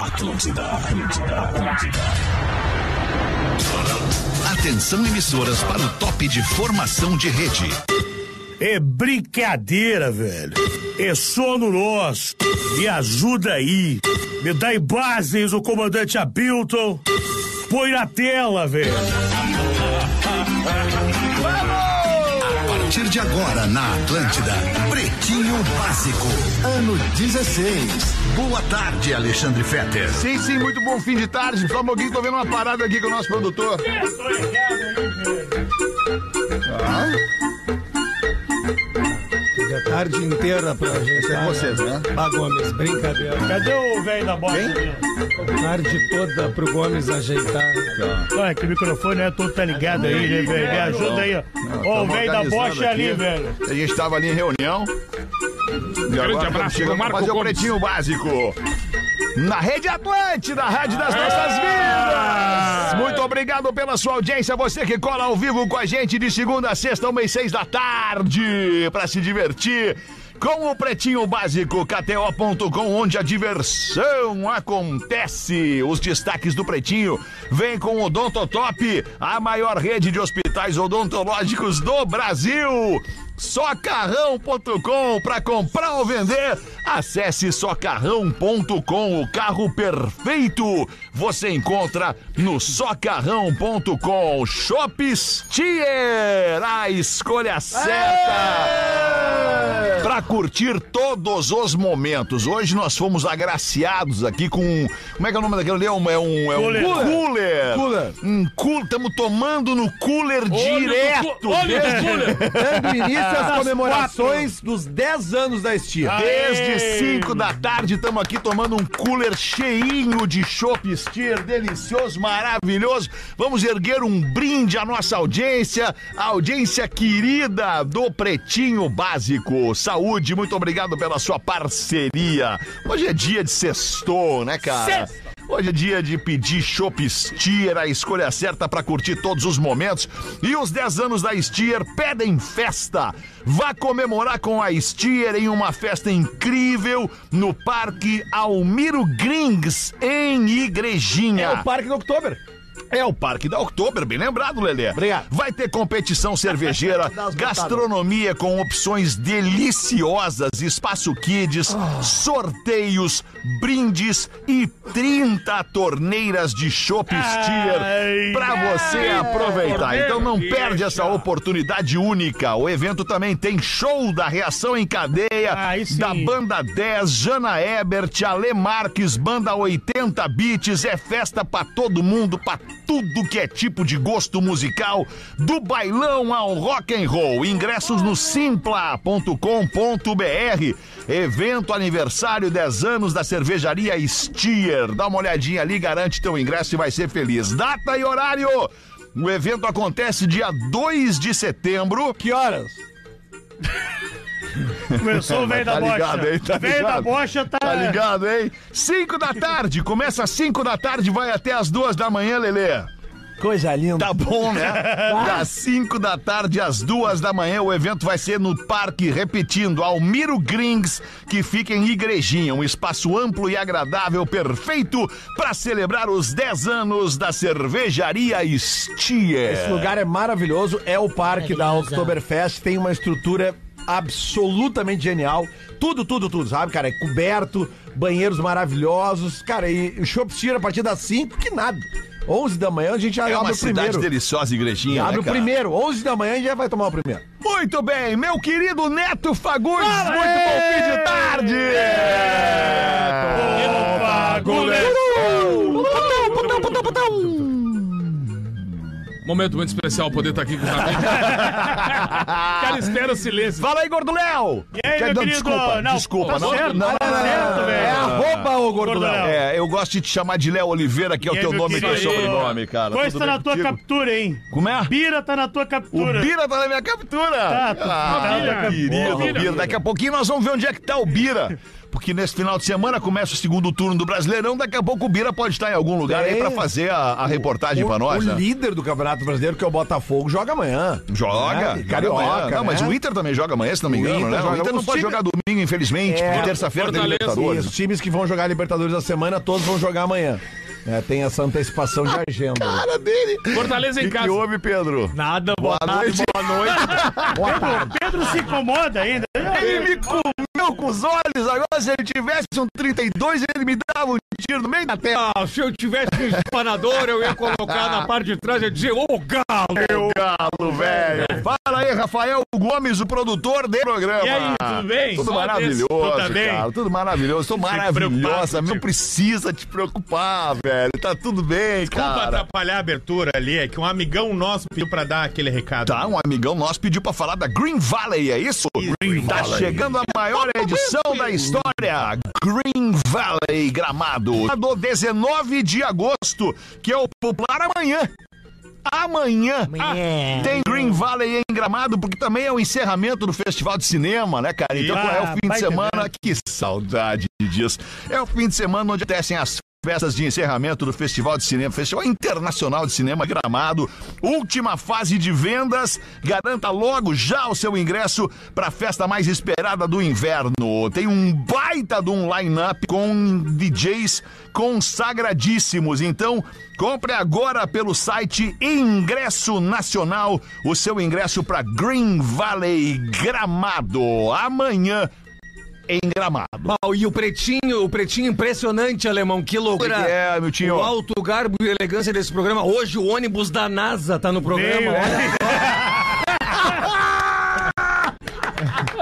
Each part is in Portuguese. Atlântida, Atlântida, Atlântida. Atenção emissoras para o top de formação de rede. É brincadeira, velho. É sono nosso. Me ajuda aí. Me dá em bases o comandante Abilton. Põe na tela, velho. A partir de agora na Atlântida, Pretinho Básico, ano 16. Boa tarde, Alexandre Fetter. Sim, sim, muito bom fim de tarde. Só um pouquinho, tô vendo uma parada aqui com o nosso produtor. A tarde inteira pra É ajeitar. vocês, né? Ah, Gomes, brincadeira. Cadê o velho da bola? A tarde toda pro Gomes ajeitar. Olha, que microfone é todo tá ligado aí, né, velho? Me ajuda aí, ó. Ó, o Tamo velho da organizando bocha ali, aqui. velho. A gente tava ali em reunião. E agora abraço, chegando Marco pra fazer o Gomes. Pretinho Básico. Na Rede Atlântida, a Rádio das Nossas Vidas. Muito obrigado pela sua audiência. Você que cola ao vivo com a gente de segunda a sexta, uma e seis da tarde, pra se divertir. Com o Pretinho Básico, KTO.com, onde a diversão acontece. Os destaques do Pretinho vem com o Odontotop, a maior rede de hospitais odontológicos do Brasil. Socarrão.com para comprar ou vender. Acesse socarrão.com, o carro perfeito. Você encontra no socarrão.com. Shop Stier, a escolha certa para curtir todos os momentos. Hoje nós fomos agraciados aqui com um- como é que é o nome daquele ali? É um é um, é um Cooler. cooler. Cooler. Um cooler, estamos tomando no cooler direto. Desde- Dando início às comemorações dos 10 anos da Estia. Desde Aê! 5 da tarde, estamos aqui tomando um cooler cheinho de chopp steer, delicioso, maravilhoso. Vamos erguer um brinde à nossa audiência, a audiência querida do Pretinho Básico. Saúde, muito obrigado pela sua parceria. Hoje é dia de sextou, né, cara? Hoje é dia de pedir Chopp Stier, a escolha certa para curtir todos os momentos. E os 10 anos da Stier pedem festa. Vá comemorar com a Stier em uma festa incrível no Parque Almiro Grings, em Igrejinha. É o Parque do Oktober. É o Parque da Oktober, bem lembrado, Lelê. Obrigado. Vai ter competição cervejeira, gastronomia com opções deliciosas, espaço kids, Ah. sorteios, brindes e 30 torneiras de chopp Ai, steer pra você aproveitar. Então não perde essa oportunidade única. O evento também tem show da reação em cadeia Aí sim. da Banda 10, Jana Ebert, Ale Marques, Banda 80 Beats, é festa pra todo mundo, pra tudo que é tipo de gosto musical, do bailão ao rock and roll. Ingressos no simpla.com.br. Evento aniversário 10 anos da cervejaria Stier. Dá uma olhadinha ali, garante teu ingresso e vai ser feliz. Data e horário. O evento acontece dia 2 de setembro. Que horas? Começou o velho da Tá ligado, bocha. hein? Tá velho da ligado. bocha tá. Tá ligado, hein? 5 da tarde, começa às 5 da tarde, vai até às 2 da manhã, Lelê. Coisa linda. Tá bom, né? Das 5 da tarde às 2 da manhã, o evento vai ser no Parque, repetindo, Almiro Grings, que fica em Igrejinha, um espaço amplo e agradável, perfeito para celebrar os 10 anos da cervejaria Stier. Esse lugar é maravilhoso, é o parque da Oktoberfest, tem uma estrutura absolutamente genial. Tudo, tudo, tudo, sabe, cara? É coberto, banheiros maravilhosos, cara, e o shopping tira a partir das 5, que nada. 11 da manhã a gente já É abre uma o cidade primeiro. deliciosa, Igrejinha, Abre né, o cara? primeiro, 11 da manhã a gente já vai tomar o primeiro. Muito bem, meu querido Neto Fagundes, Fala, muito bom fim de tarde! Opa, goleiro. Momento muito especial poder estar aqui com os amigos. Cara, espera o silêncio. Fala aí, Gordo Léo! E aí, meu não, querido? Desculpa, Não, desculpa. tá não, certo, não, tá não, não, certo, não, não. velho. É arroba, ô gordo Gordo Léo. Léo. É, eu gosto de te chamar de Léo Oliveira, que é E o aí, teu meu nome e teu querido? sobrenome, cara. Coisa Tudo tá bem na tua contigo? captura, hein? Como é? Bira tá na tua O captura. Bira tá na minha captura! Tá, Ah, tá, tá na minha querido captura. Bira. Daqui a pouquinho nós vamos ver onde é que tá o Bira. porque nesse final de semana começa o segundo turno do Brasileirão. Daqui a pouco o Bira pode estar em algum lugar aí É. pra fazer a, a reportagem o, pra nós, o né? líder do Campeonato Brasileiro, que é o Botafogo, joga amanhã. Joga, Né? joga Carioca, amanhã. Não, mas né? o Inter também joga amanhã, se não me O engano, Inter né? O joga- Inter não os pode time- jogar domingo, infelizmente, É, porque tipo, terça-feira tem Fortaleza, Libertadores. Isso, os times que vão jogar Libertadores da semana, todos vão jogar amanhã. É, tem essa antecipação de agenda. Cara dele. Fortaleza em O que casa. houve, Pedro? Nada, boa, Boa tarde, noite. boa noite. Boa tarde. Pedro se incomoda ainda. Ele me comeu com os olhos. Agora, se ele tivesse um 32, ele me dava um tiro no meio da tela. Ah, se eu tivesse um espanador, eu ia colocar na parte de trás e dizer, ô galo! Meu galo, velho. Fala aí, Rafael Gomes, o produtor do programa. E aí, tudo bem? Tudo Só maravilhoso, desse. Tu tá bem? tipo. cara. Tudo maravilhoso. Tô maravilhosa. preocupado Não contigo. precisa te preocupar, velho. Tá tudo bem, Desculpa cara. atrapalhar a abertura ali, é que um amigão nosso pediu pra dar aquele recado. Tá, um amigão nosso pediu pra falar da Green Valley, é isso? Green tá chegando a maior edição da história, Green Valley Gramado, do 19 de agosto, que é o popular amanhã. Amanhã, Ah, Amanhã. tem Green Valley em Gramado, porque também é o encerramento do Festival de Cinema, né, cara? Então Ah, é o fim de vai semana, que saudade disso. É o fim de semana onde acontecem as festas de encerramento do Festival de Cinema, Festival Internacional de Cinema Gramado, última fase de vendas, garanta logo já o seu ingresso para a festa mais esperada do inverno. Tem um baita de um line-up com DJs consagradíssimos, então compre agora pelo site Ingresso Nacional o seu ingresso para Green Valley Gramado, amanhã em Gramado. Pau, e o pretinho, o pretinho impressionante, alemão, que loucura. Que que é, meu tio? O alto garbo e elegância desse programa. Hoje o ônibus da NASA tá no programa. Veio, Olha,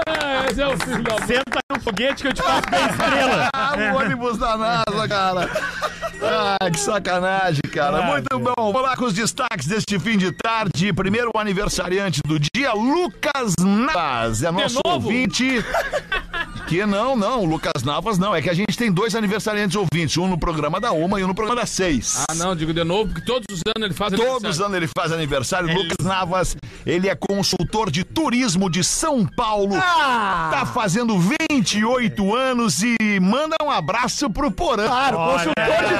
Ah, esse é o filho da Senta no foguete que eu te faço bem estrela. Ah, o ônibus da NASA, cara. Ah, que sacanagem, cara. Ah, Muito bom. Vamos lá com os destaques deste fim de tarde. Primeiro aniversariante do dia, Lucas Navas. É nosso novo? ouvinte. Que não, não, Lucas Navas não. É que a gente tem dois aniversariantes ouvintes, um no programa da Uma e um no programa da Seis. Ah, não, digo de novo, porque todos os anos ele faz Todos os aniversário. anos ele faz É aniversário. Lucas Navas, ele é consultor de turismo de São Paulo. Ah! Tá fazendo 28 anos e manda um abraço pro Porã. É. Claro, é, consultor de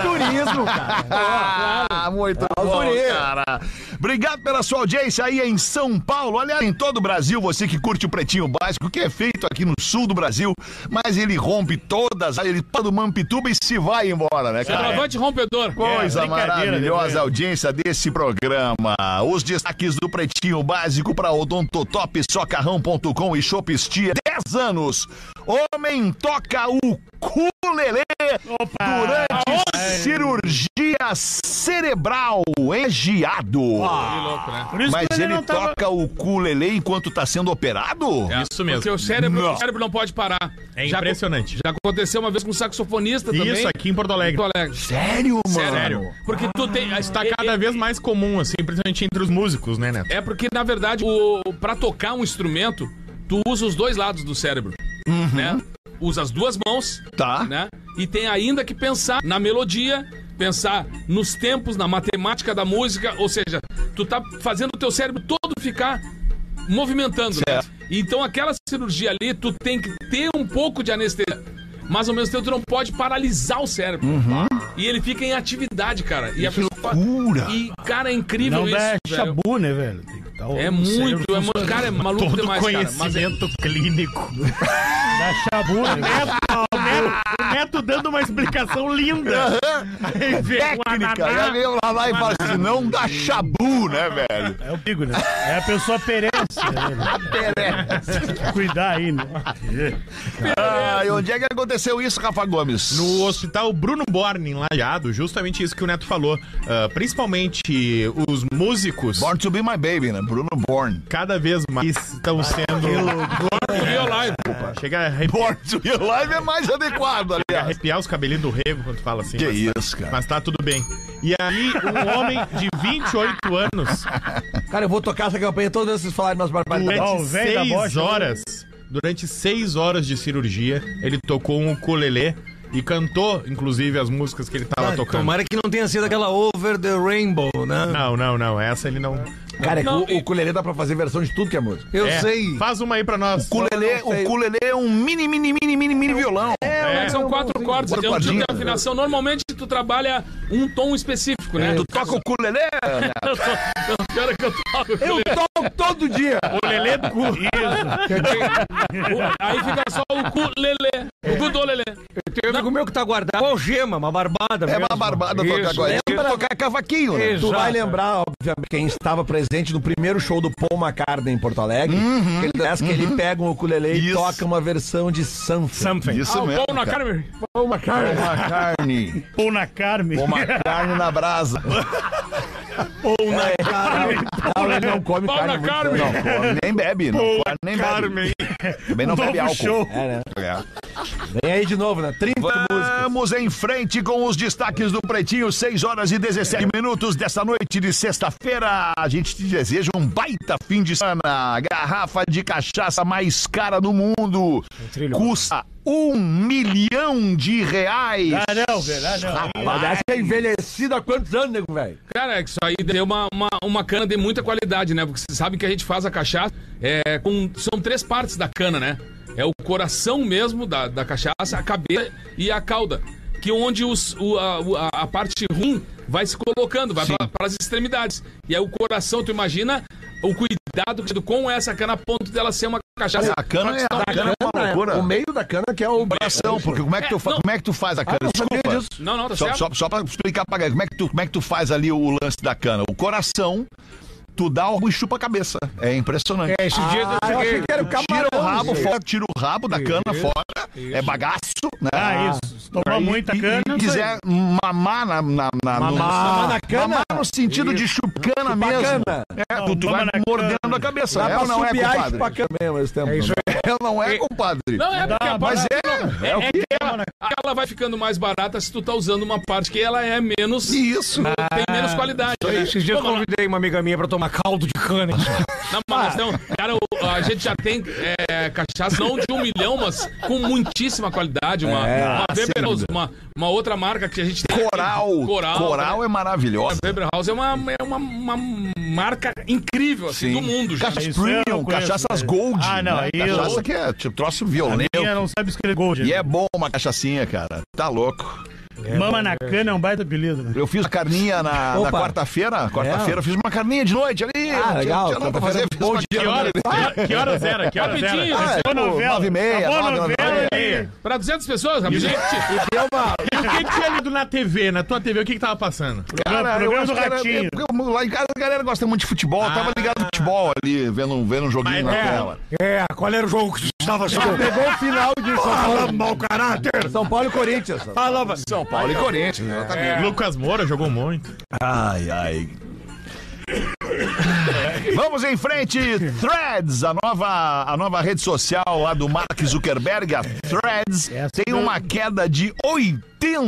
turismo, cara. Tá Ah, muito bom, guri. cara. Obrigado pela sua audiência aí em São Paulo. Aliás, em todo o Brasil, você que curte o Pretinho Básico, que é feito aqui no sul do Brasil, mas ele rompe todas, ele para do Mampituba e se vai embora, né, cara? Travante rompedor. Coisa É, brincadeira, maravilhosa né? a audiência desse programa. Os destaques do Pretinho Básico para Odontotop, Socarrão.com e Chopistia. 10 anos. Homem toca o culelê durante cirurgia cerebral. É giado. Que louco, né? Por isso Mas que ele, ele, não tava. É. toca o culelê enquanto tá sendo operado? É Isso mesmo. Porque o cérebro, Não. o cérebro não pode parar. É Já impressionante. Já aconteceu uma vez com um saxofonista também. Isso aqui em Porto Alegre. Tá Porto Alegre. Sério, mano? Sério. Porque tu tem. Está cada vez mais comum, assim, principalmente entre os músicos, né, Neto? É porque, na verdade, o, pra tocar um instrumento, tu usa os dois lados do cérebro. Né? Usa as duas mãos, Uhum. Tá. né? E tem ainda que pensar na melodia, pensar nos tempos, na matemática da música, ou seja, tu tá fazendo o teu cérebro todo ficar movimentando, né? Certo. Então aquela cirurgia ali, tu tem que ter um pouco de anestesia. Mas ao mesmo tempo tu não pode paralisar o cérebro. E ele fica em atividade, cara. E a Uhum. Que pessoa- loucura. E, cara, é incrível Não isso. dá velho. chabu, né, velho? Tem tá que dar o- É o muito, cérebro é muito. Cara, é maluco Todo demais, cara. Mas é- conhecimento clínico. Dá chabu, né? velho? o, Neto, o Neto dando uma explicação linda. Aí vem um Técnica. Já ananá. veio lá, lá e fala assim, não dá chabu, né, velho? É o bigo, né? É a pessoa perece, né? velho? Cuidar aí, né? Ah, e onde é que aconteceu isso, Rafa Gomes? No hospital Bruno Born, em Lajeado, justamente isso que o Neto falou. Ah, principalmente os músicos, Born to be my baby, né? Bruno Born. cada vez mais Ah, estão sendo. Viu lá? Chega a arrepiar, Born to be alive é mais adequado, aliás. arrepiar os cabelinhos do rego quando fala assim. Que mas- isso, cara. Mas tá tudo bem. E aí, um homem de 28 anos, Cara, eu vou tocar essa campanha todas vocês falarem umas barbaridades. Ó, o durante velho da seis bocha. né? horas, durante seis horas de cirurgia, ele tocou um ukulele e cantou, inclusive, as músicas que ele tava tocando. Tomara que não tenha sido aquela Over the Rainbow, né? Não, não, não. Essa ele não. Cara, é que Não, o, o ukulele dá pra fazer versão de tudo que é música. Eu É, sei. Faz uma aí pra nós. Ukulele, sei. ukulele é um mini, mini, mini, mini, mini violão. É, é que são quatro cordas. Quatro Tem né? um dia cordinhas. que a afinação. Normalmente tu trabalha um tom específico, né? Tu toca o culelê? Pior é que eu toco. Eu toco todo dia. O Lelê do cu. O- Aí fica só o cu lelê. O cu lelê. Tem um amigo meu que tá guardado. Qual gema? Uma É barbada mesmo. é uma barbada tocar agora. Tem que tocar cavaquinho, né? Tu vai Exato. lembrar, obviamente, quem estava presente no primeiro show do Paul McCartney em Porto Alegre. que ele, desce, que ele pega um ukulele e Uhum. Isso. toca uma versão de Something. Something. Isso Ah, o mesmo. pão na cara. cara. Paul McCartney. Uma carne. Pão na carne. Uma carne na brasa. Não, ele não come Pau carne na muito, Carmen. não. Come, Nem bebe, não. Boa, come, Nem bebe. Também não Novo bebe álcool. show. É, né? É. Vem aí de novo, né? 30 músicas. Vamos em frente com os destaques do Pretinho, 6 horas e 17 minutos desta noite de sexta-feira. A gente te deseja um baita fim de semana. Garrafa de cachaça mais cara do mundo. Custa um milhão de reais. Ah, não, velho. Ah, não. Mas essa é envelhecida há quantos anos, nego, velho? Cara, isso aí deu uma, uma, uma cana de muita qualidade, né? Porque vocês sabem que a gente faz a cachaça é, com. São três partes da cana, né? É o coração mesmo da, da cachaça, a cabeça e a cauda. Que é onde os, o, a, o- a- a parte ruim vai se colocando, vai para as extremidades. E aí o coração, tu imagina o cuidado que tu- com essa cana a ponto dela ser uma cachaça. A cana é, a cana é uma loucura. O meio da cana que é o... Coração, porque como é que tu, fa- não. como é que tu faz a cana? não sabia Desculpa. disso. Não, não, tá Só, certo? só, só pra explicar pra galera, como é, que tu, como é que tu faz ali o lance da cana? O coração, tu dá algo e chupa a cabeça. É impressionante. É, esse dia eu Ah, eu achei cheguei. que era o Tira camarão. o rabo gente. fora, tira o rabo da cana fora, é bagaço, né? Ah, isso. Se Tomar E- muita e- cana. E quiser mamar na, na, na- no- Mamar na cana? mamar no sentido de chupcana mesmo. cana. É, Não, tu, tu mama vai na mordendo cana. a cabeça. Dá é pra ou não é, subir a compadre? espa cana mesmo esse tempo. né? isso É ou não é, compadre? Não, é porque a Mas parte é, é, o que ela vai ficando mais barata se tu tá usando uma parte que ela é menos. isso. Ah, Tem menos qualidade. né? Esses dias eu Pô, mas- convidei uma amiga minha pra tomar caldo de cana. Não, mas não, cara, o- a gente já tem é, cachaça, não de um milhão, mas com muitíssima qualidade. Uma, É, uma ah, Weber House, uma, uma outra marca que a gente tem. Coral. Coral. Coral é maravilhosa. A Weber House é uma, é uma, uma marca incrível, assim, do mundo. Já. Cachaças É Isso eu não premium, conheço, um cachaças né? gold. Ah, não, né? aí eu- Cachaça que é tipo, troço Minha violento. não sabe escrever gold. E é bom uma cachaçinha, cara. Tá louco. Mama na cana é um baita apelido, né? Eu fiz carninha na, na Opa. É. quarta-feira. Quarta-feira eu fiz uma carninha de noite ali. Ah, legal. Tinha nada pra fazer. Quarta-feira é Fiz uma Que horas, que horas era? Que horas Rapidinho, era? Ah, Boa tipo, novela. nove e meia, Acabou a nove, nove e novela meia. aí. Pra 200 pessoas, rapidinho. Deu uma... E o que que tinha lido na TV? Na tua TV, o que que tava passando? Programa- Cara, eu programa acho do que era- Ratinho. Ah. é porque eu- lá em casa a galera gosta muito de futebol. Eu tava ligado no futebol ali, vendo, um- vendo um joguinho na tela. É, qual era o jogo que tu estava jogando? Pegou o final de São Paulo. mau caráter. São Paulo e Corinthians. Falava. São Paulo e Corinthians, exatamente. Lucas Moura jogou muito. Ai, ai. Vamos em frente, Threads, a nova, a nova rede social lá do Mark Zuckerberg, a Threads, tem uma queda de 80%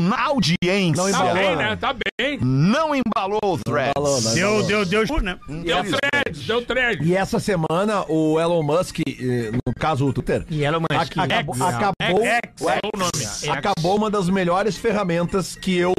na Não embalou. Tá audiência. bem, né? Tá bem. Não embalou o Falou, né? Threads. Deu, deu, deu, chu, né? Hum. Deu thread, deu thread. E essa semana, o Elon Musk, eh, no caso o Twitter, E é ela mais que acabou, acabou, Ex. o X, acabou uma das melhores ferramentas que eu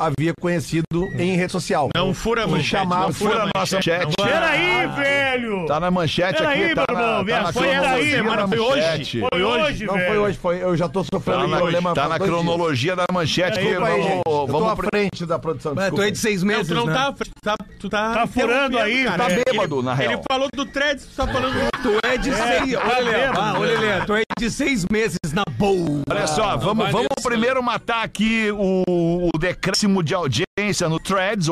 havia conhecido em rede social. Não Então, fura a manchete. chamava- não fura fura a a nossa manchete. não manchete. fura- Peraí, velho! Tá na manchete Peraí, aqui, tá meu na, irmão, tá na foi daí, cronologia da mano, foi hoje. manchete. Foi hoje, Não velho. foi hoje, foi. Eu já tô Tá sofrendo na, problema. tá na faz dois dias. cronologia da manchete. Desculpa aí, gente. Eu vamos, tô à vamos frente da produção. Mas tu desculpa. é de seis Não, meses, tu não né? tá, tá- Tu tá. Tá é um furando aí, interrompendo, tá bêbado, ele, na real. Ele falou do thread, tu tá falando do. Tu é de seis... tá Olha, Lelê, vendo, ah, né? olha, Lelê, tu é de seis meses na boa. Olha só, vamos, vai vamos nessa. primeiro matar aqui o, o decréscimo de audiência no Threads,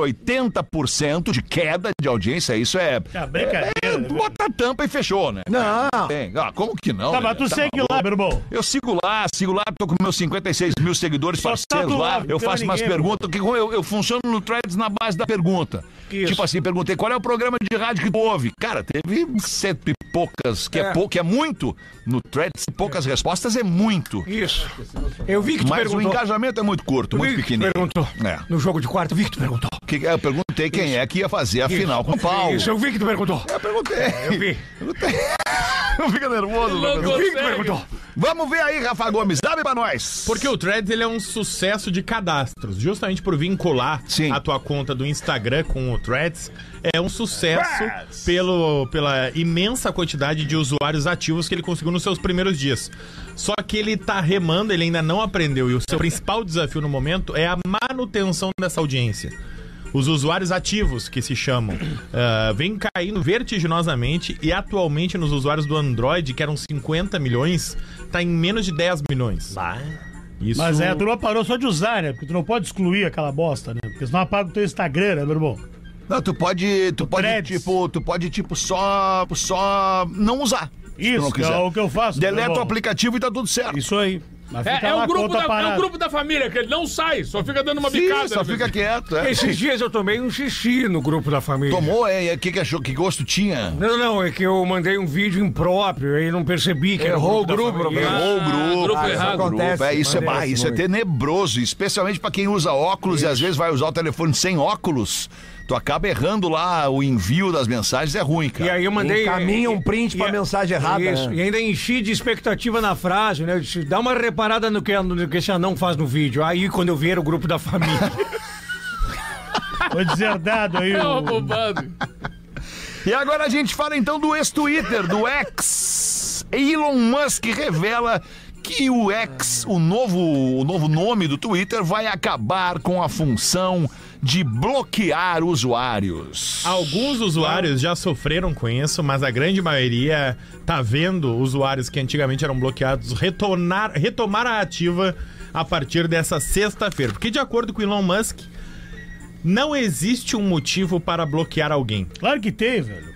80% de queda de audiência, isso é... Tá brincadeira. é, né, velho? bota a tampa e fechou, né? Não. Tem. Ah, como que não? Tá, né? mas tu segue maluco? lá, meu irmão. Eu sigo lá, sigo lá, tô com meus 56 mil seguidores Só parceiros tá do lá. lado, Eu não faço tem umas ninguém. perguntas, que eu, eu funciono no Threads na base da pergunta. Isso. Tipo assim, perguntei qual é o programa de rádio que tu ouve. Cara, teve cento e poucas, que é, É. pouco, que é muito. No Threads, poucas respostas é muito. Isso. Eu vi que tu Mas o perguntou. engajamento é muito curto, Eu muito vi que tu pequenininho. perguntou. É. No jogo de quarto, eu vi que tu perguntou. Que- eu perguntei quem é que ia fazer a final com o Paulo. Isso, eu vi que tu perguntou. Eu perguntei. Eu vi. Não fica nervoso, Ele não Lucas. O que que tu consegue. perguntou? Vamos ver aí, Rafa Gomes. Abre pra nós. Porque o Threads ele é um sucesso de cadastros. Justamente por vincular Sim. a tua conta do Instagram com o Threads, é um sucesso Threads. pelo, pela imensa quantidade de usuários ativos que ele conseguiu nos seus primeiros dias. Só que ele tá remando, ele ainda não aprendeu. E o seu principal desafio no momento é a manutenção dessa audiência. Os usuários ativos, que se chamam, ah, vem caindo vertiginosamente e atualmente nos usuários do Android, que eram 50 milhões, tá em menos de 10 milhões. Isso... Mas é, tu não parou só de usar, né? Porque tu não pode excluir aquela bosta, né? Porque senão apaga o teu Instagram, né, meu irmão? Não, tu pode, tu pode Threads. tipo, tu pode tipo só, só não usar. se tu Isso, não que é quiser. o que eu faço, Deleta tá bom. o aplicativo e tá tudo certo. Isso aí. Mas É, fica é lá o a grupo conta da, é o parada. grupo da família, que ele não sai, só fica dando uma Sim, bicada. só né, fica velho? quieto. é. Esses dias eu tomei um xixi no grupo da família. Tomou, é, e o que, que achou? Que gosto tinha? Não, não, é que eu mandei um vídeo impróprio e não percebi que era Errou o da grupo, família. Errou o grupo. grupo Ah, errado. acontece, É, isso é, acontece bah, isso é muito. tenebroso, especialmente pra quem usa óculos e às vezes vai usar o telefone sem óculos. Tu acaba errando lá o envio das mensagens, é ruim, cara. E aí eu mandei. Encaminha um print e- pra mensagem errada, Isso. né? E ainda enchi de expectativa na frase, né? Eu disse, dá uma reparada no que, no que esse anão faz no vídeo. Aí quando eu vi era o grupo da família. Foi deserdado aí. É o o- bobado. E agora a gente fala então do ex-Twitter, do ex. Elon Musk revela que o ex, o novo, o novo nome do Twitter, vai acabar com a função de bloquear usuários. Alguns usuários já sofreram com isso, mas a grande maioria tá vendo usuários que antigamente eram bloqueados retornar, retomar a ativa a partir dessa sexta-feira. Porque, de acordo com Elon Musk, não existe um motivo para bloquear alguém. Claro que tem, velho.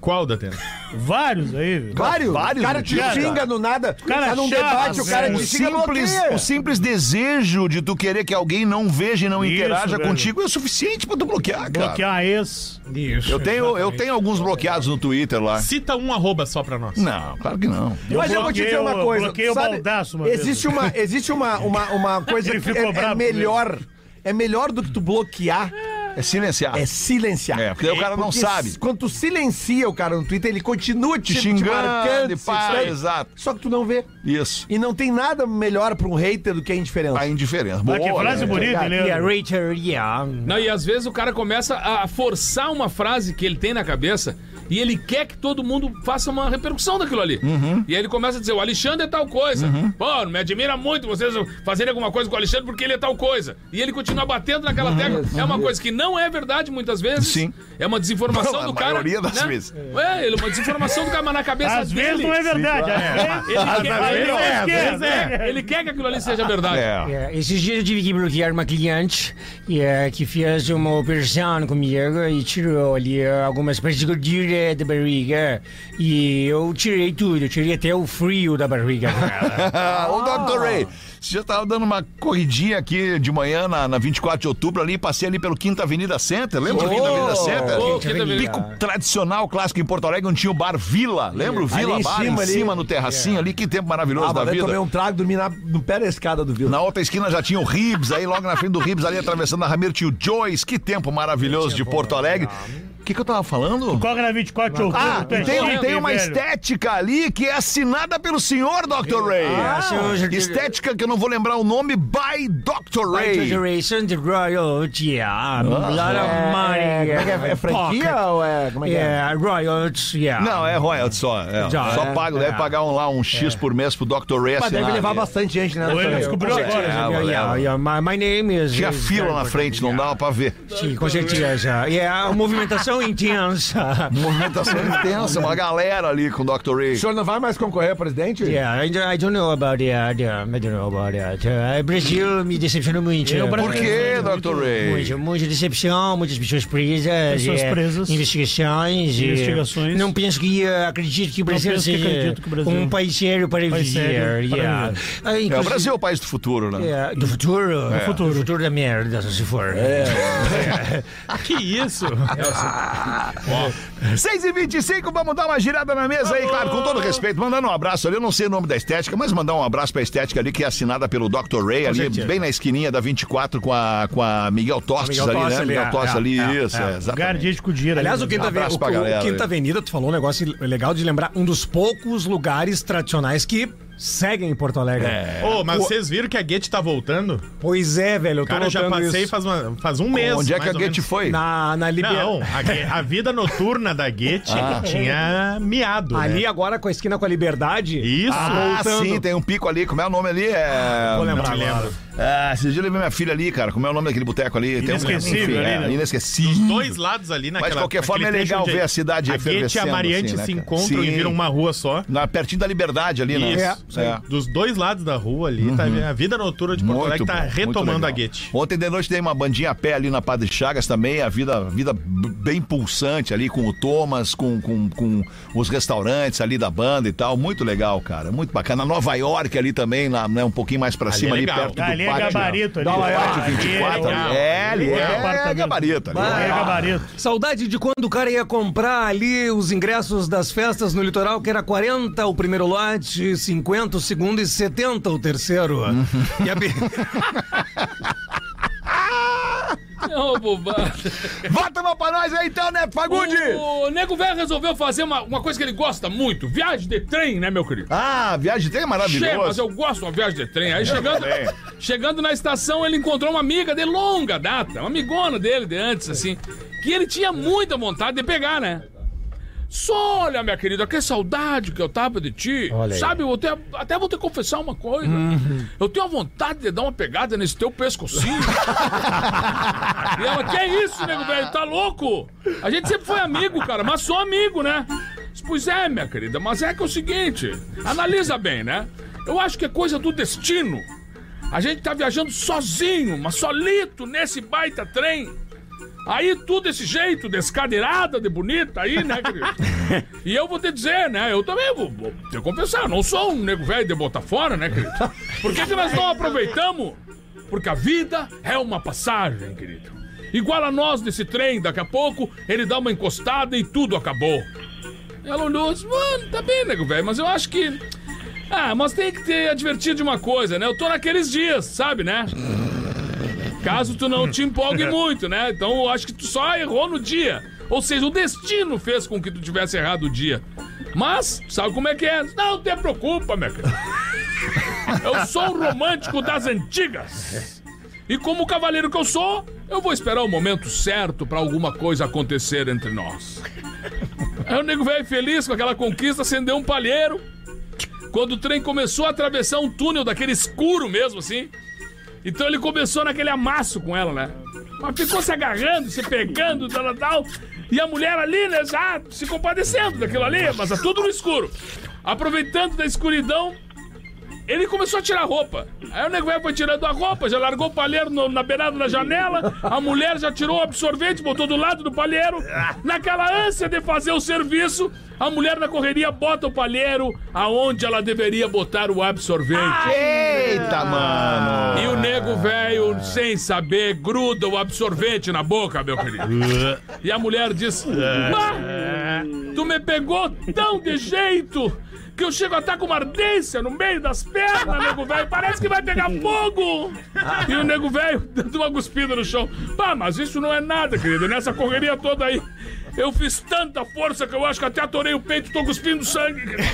Qual, Datena? Vários aí, velho. Vários. Vários O cara te motivos, xinga cara. do nada. cara tá num chato, debate, o cara velho. O te xinga simples, bloqueia. o simples desejo de tu querer que alguém não veja e não Isso, interaja velho. contigo é suficiente pra tu bloquear, cara. Bloquear esse. Isso. Eu tenho, eu tenho alguns bloqueados no Twitter lá. Cita um arroba só pra nós. Não, claro que não. Mas eu vou te dizer bloqueei uma o- coisa. bloqueei o sabe, baldaço uma vez. né? existe uma, existe uma, uma, uma coisa Ele que ficou é, é bravo melhor. É melhor do que tu bloquear, É silenciar. é silenciar. É, porque daí o cara não Porque sabe. s- Quando tu silencia o cara no Twitter, ele continua te, Te te xingando, marcando, e te pá, citando, exato. Só que tu não vê. Isso. E não tem nada melhor pra um hater do que a indiferença. A indiferença. Mas que Boa, frase né? bonita, hein, É, é Yeah, Leandro? Rachel, yeah. Não, e às vezes o cara começa a forçar uma frase que ele tem na cabeça e ele quer que todo mundo faça uma repercussão daquilo ali. Uhum. E aí ele começa a dizer, o Alexandre é tal coisa. Pô, me admira muito vocês fazerem alguma coisa com o Alexandre porque ele é tal coisa. E ele continua batendo naquela tecla. É uma coisa que não é verdade muitas vezes. Uhum. Sim. É uma desinformação Não, a do cara. maioria das vezes. É, ele- uma desinformação do cara, mas na cabeça Às dele. vezes não é verdade. às vezes- Ele às quer- vezes ele é, quer- às ele vezes é. quer- ele quer que aquilo ali seja verdade. É. É, esses dias eu tive que bloquear uma cliente é, que fez uma operação comigo e tirou ali é, algumas partes gorduras da barriga. E eu tirei tudo, eu tirei até o frio da barriga dela. É. Ô, Dr. Ray, você já tava dando uma corridinha aqui de manhã na, na 24 de outubro ali, passei ali pelo Quinta Avenida Center, lembra o Quinta Avenida Center? Ô, tá Quinta Avenida. Pico tradicional clássico em Porto Alegre, onde tinha o bar Vila, lembra o Vila Ali em Bar cima, em ali. cima no terracinho ali, que tempo maravilhoso Ah, da mas eu vida. tomei um trago e dormi na, no pé da escada do Vila. Na outra esquina já tinha o Ribs, aí logo na frente do Ribs, ali atravessando a Ramiro, tinha o Joyce. Que tempo maravilhoso de Porto Alegre. O que, que eu tava falando? Corre na 24 de outubro. Ah, tu é tem, chique, tem uma velho. estética ali que é assinada pelo senhor Dr. Ray. senhor Dr. estética que eu não vou lembrar o nome, by Dr. Ray. Consideration the royalty, yeah, lot of money. Ah. É, como é que é? É franquia ou é. Como é que é? Yeah, royalty, yeah. Não, é royalty só. é. Já, só é, paga, deve pagar um, lá um X por mês pro Dr. Ray assinar. Mas Ah, deve levar ali. bastante gente, né? Ou ele Rafael? descobriu Yeah, agora. Ah, yeah, yeah, yeah, my, my name is. Tinha is- fila na frente, não dava pra ver. Sim, com certeza. É yeah, movimentação intensa. Movimentação intensa, uma galera ali com o Dr. Ray. O senhor não vai mais concorrer a presidente? É. Yeah, I don't, I don't know about that. um, I don't know about that. Uh, Brasil me decepcionou muito. Eu, Brasil. Por que, Dr. Ray? Muita, muita decepção, muitas pessoas presas. Pessoas eh, presas. investigações. eh, Investigações. não penso que eh, acredito que o Brasil penso que seja acredito que o Brasil- um país sério para País viver. sério para yeah. Ah, É, o inclusive- Brasil é o país do futuro, né? Yeah, do futuro. Do futuro. É. futuro da merda, se for. Que isso? 6 e 25 vamos dar uma girada na mesa aí, claro, com todo respeito. Mandando um abraço ali, eu não sei o nome da estética, mas mandar um abraço pra estética ali que é assinada pelo Dr. Ray, ali, bem na esquininha da 24 com a, com a Miguel Tostes Miguel ali, Tostes né? ali, Miguel é, Tostes é, ali, é, isso, é. é, exatamente. Guardiã de Cudira. Aliás, ali. o Quinta, Avenida, abraço pra o- o galera, Quinta aí. Avenida, tu falou um negócio legal de lembrar, um dos poucos lugares tradicionais que seguem em Porto Alegre. É. Ô, mas vocês viram que a Guete tá voltando? Pois é, velho, eu tô Cara, eu já notando passei isso. faz, uma- faz um mês. Onde é que mais a ou Guete menos. foi? na, na Liberdade. Não, a, Gue- a vida noturna da Guete Ah. tinha miado. né? Ali agora com a esquina com a Liberdade. Isso, Ah, voltando. sim, tem um pico ali, como é o nome ali? É... Vou lembrar Não me agora. lembro. Ah, esses dias eu levei minha filha ali, cara. Como é o nome daquele boteco ali? Tem um- Inesquecível enfim, ali, é, né? Inesquecível. Dos dois lados ali naquela... Mas de qualquer forma é naquele legal trecho onde ver a cidade A Guete e a efervescendo, Mariante assim, né, se cara? encontram Sim. e viram uma rua só. Na, pertinho da liberdade ali, né? Isso. É. Dos dois lados da rua ali, tá, a vida noturna de Porto Alegre tá bom, muito retomando legal. a Guete. Ontem de noite dei uma bandinha a pé ali na Padre Chagas também, a vida, vida b- bem pulsante ali com o Thomas, com, com, com os restaurantes ali da banda e tal. Muito legal, cara. Muito bacana. Nova York ali também, lá, né, um pouquinho mais pra Ali cima é ali legal. perto Ali do é pátio. gabarito ali. Do pátio Ali é 24 legal. ali. É, ali Legal. é Apartamento. gabarito ali. É É. gabarito. Saudade de quando o cara ia comprar ali os ingressos das festas no litoral, que era 40 o primeiro lote, 50 o segundo e 70 o terceiro. Uhum. E a be- É uma bobagem. Bota uma pra nós aí então, né, Fagundi? O, o Nego Velho resolveu fazer uma, uma coisa que ele gosta muito: viagem de trem, né, meu querido? Ah, viagem de trem é Che, mas maravilhoso. eu gosto de uma viagem de trem. Aí chegando, chegando na estação, ele encontrou uma amiga de longa data, uma amigona dele de antes, assim, que ele tinha muita vontade de pegar, né? Só olha, minha querida, que saudade que eu tava de ti. Sabe, eu até, até vou te confessar uma coisa. Eu tenho a vontade de dar uma pegada nesse teu pescocinho. E ela, que é isso, nego velho? Tá louco? A gente sempre foi amigo, cara, mas sou amigo, né? Pois é, minha querida, mas é que é o seguinte, analisa bem, né? Eu acho que é coisa do destino. A gente tá viajando sozinho, mas solito nesse baita trem. Aí tudo desse jeito, descadeirada, de bonita aí, né, querido? E eu vou te dizer, né? Eu também vou, vou te compensar. Eu não sou um nego velho de botar fora, né, querido? Por que, que nós não aproveitamos? Porque a vida é uma passagem, querido. Igual a nós desse trem, daqui a pouco ele dá uma encostada e tudo acabou. Ela olhou e disse, mano, tá bem, nego velho, mas eu acho que. Ah, mas tem que ter advertido de uma coisa, né? Eu tô naqueles dias, sabe, né? Caso tu não te empolgue muito, né? Então eu acho que tu só errou no dia. Ou seja, o destino fez com que tu tivesse errado o dia. Mas, sabe como é que é? Não te preocupa, minha querida. Eu sou o romântico das antigas. E como o cavaleiro que eu sou, eu vou esperar o momento certo pra alguma coisa acontecer entre nós. Aí o nego velho feliz com aquela conquista, acendeu um palheiro. Quando o trem começou a atravessar um túnel daquele escuro mesmo, assim. Então ele começou naquele amasso com ela, né? Mas ficou se agarrando, se pegando, tal, tal, tal. E a mulher ali, né, já se compadecendo daquilo ali, mas é tudo no escuro. Aproveitando da escuridão, ele começou a tirar roupa. Aí o nego velho foi tirando a roupa, já largou o palheiro no- na beirada da janela, a mulher já tirou o absorvente, botou do lado do palheiro. Naquela ânsia de fazer o serviço, a mulher na correria bota o palheiro aonde ela deveria botar o absorvente. Eita, mano. E o nego velho, sem saber, gruda o absorvente na boca, meu querido. E a mulher diz: Mas tu me pegou tão de jeito que eu chego a estar com uma ardência no meio das pernas, nego velho. Parece que vai pegar fogo. E o nego velho dando uma cuspida no chão: Pá, mas isso não é nada, querido. Nessa correria toda aí. Eu fiz tanta força que eu acho que até atorei o peito e tô cuspindo sangue. querido."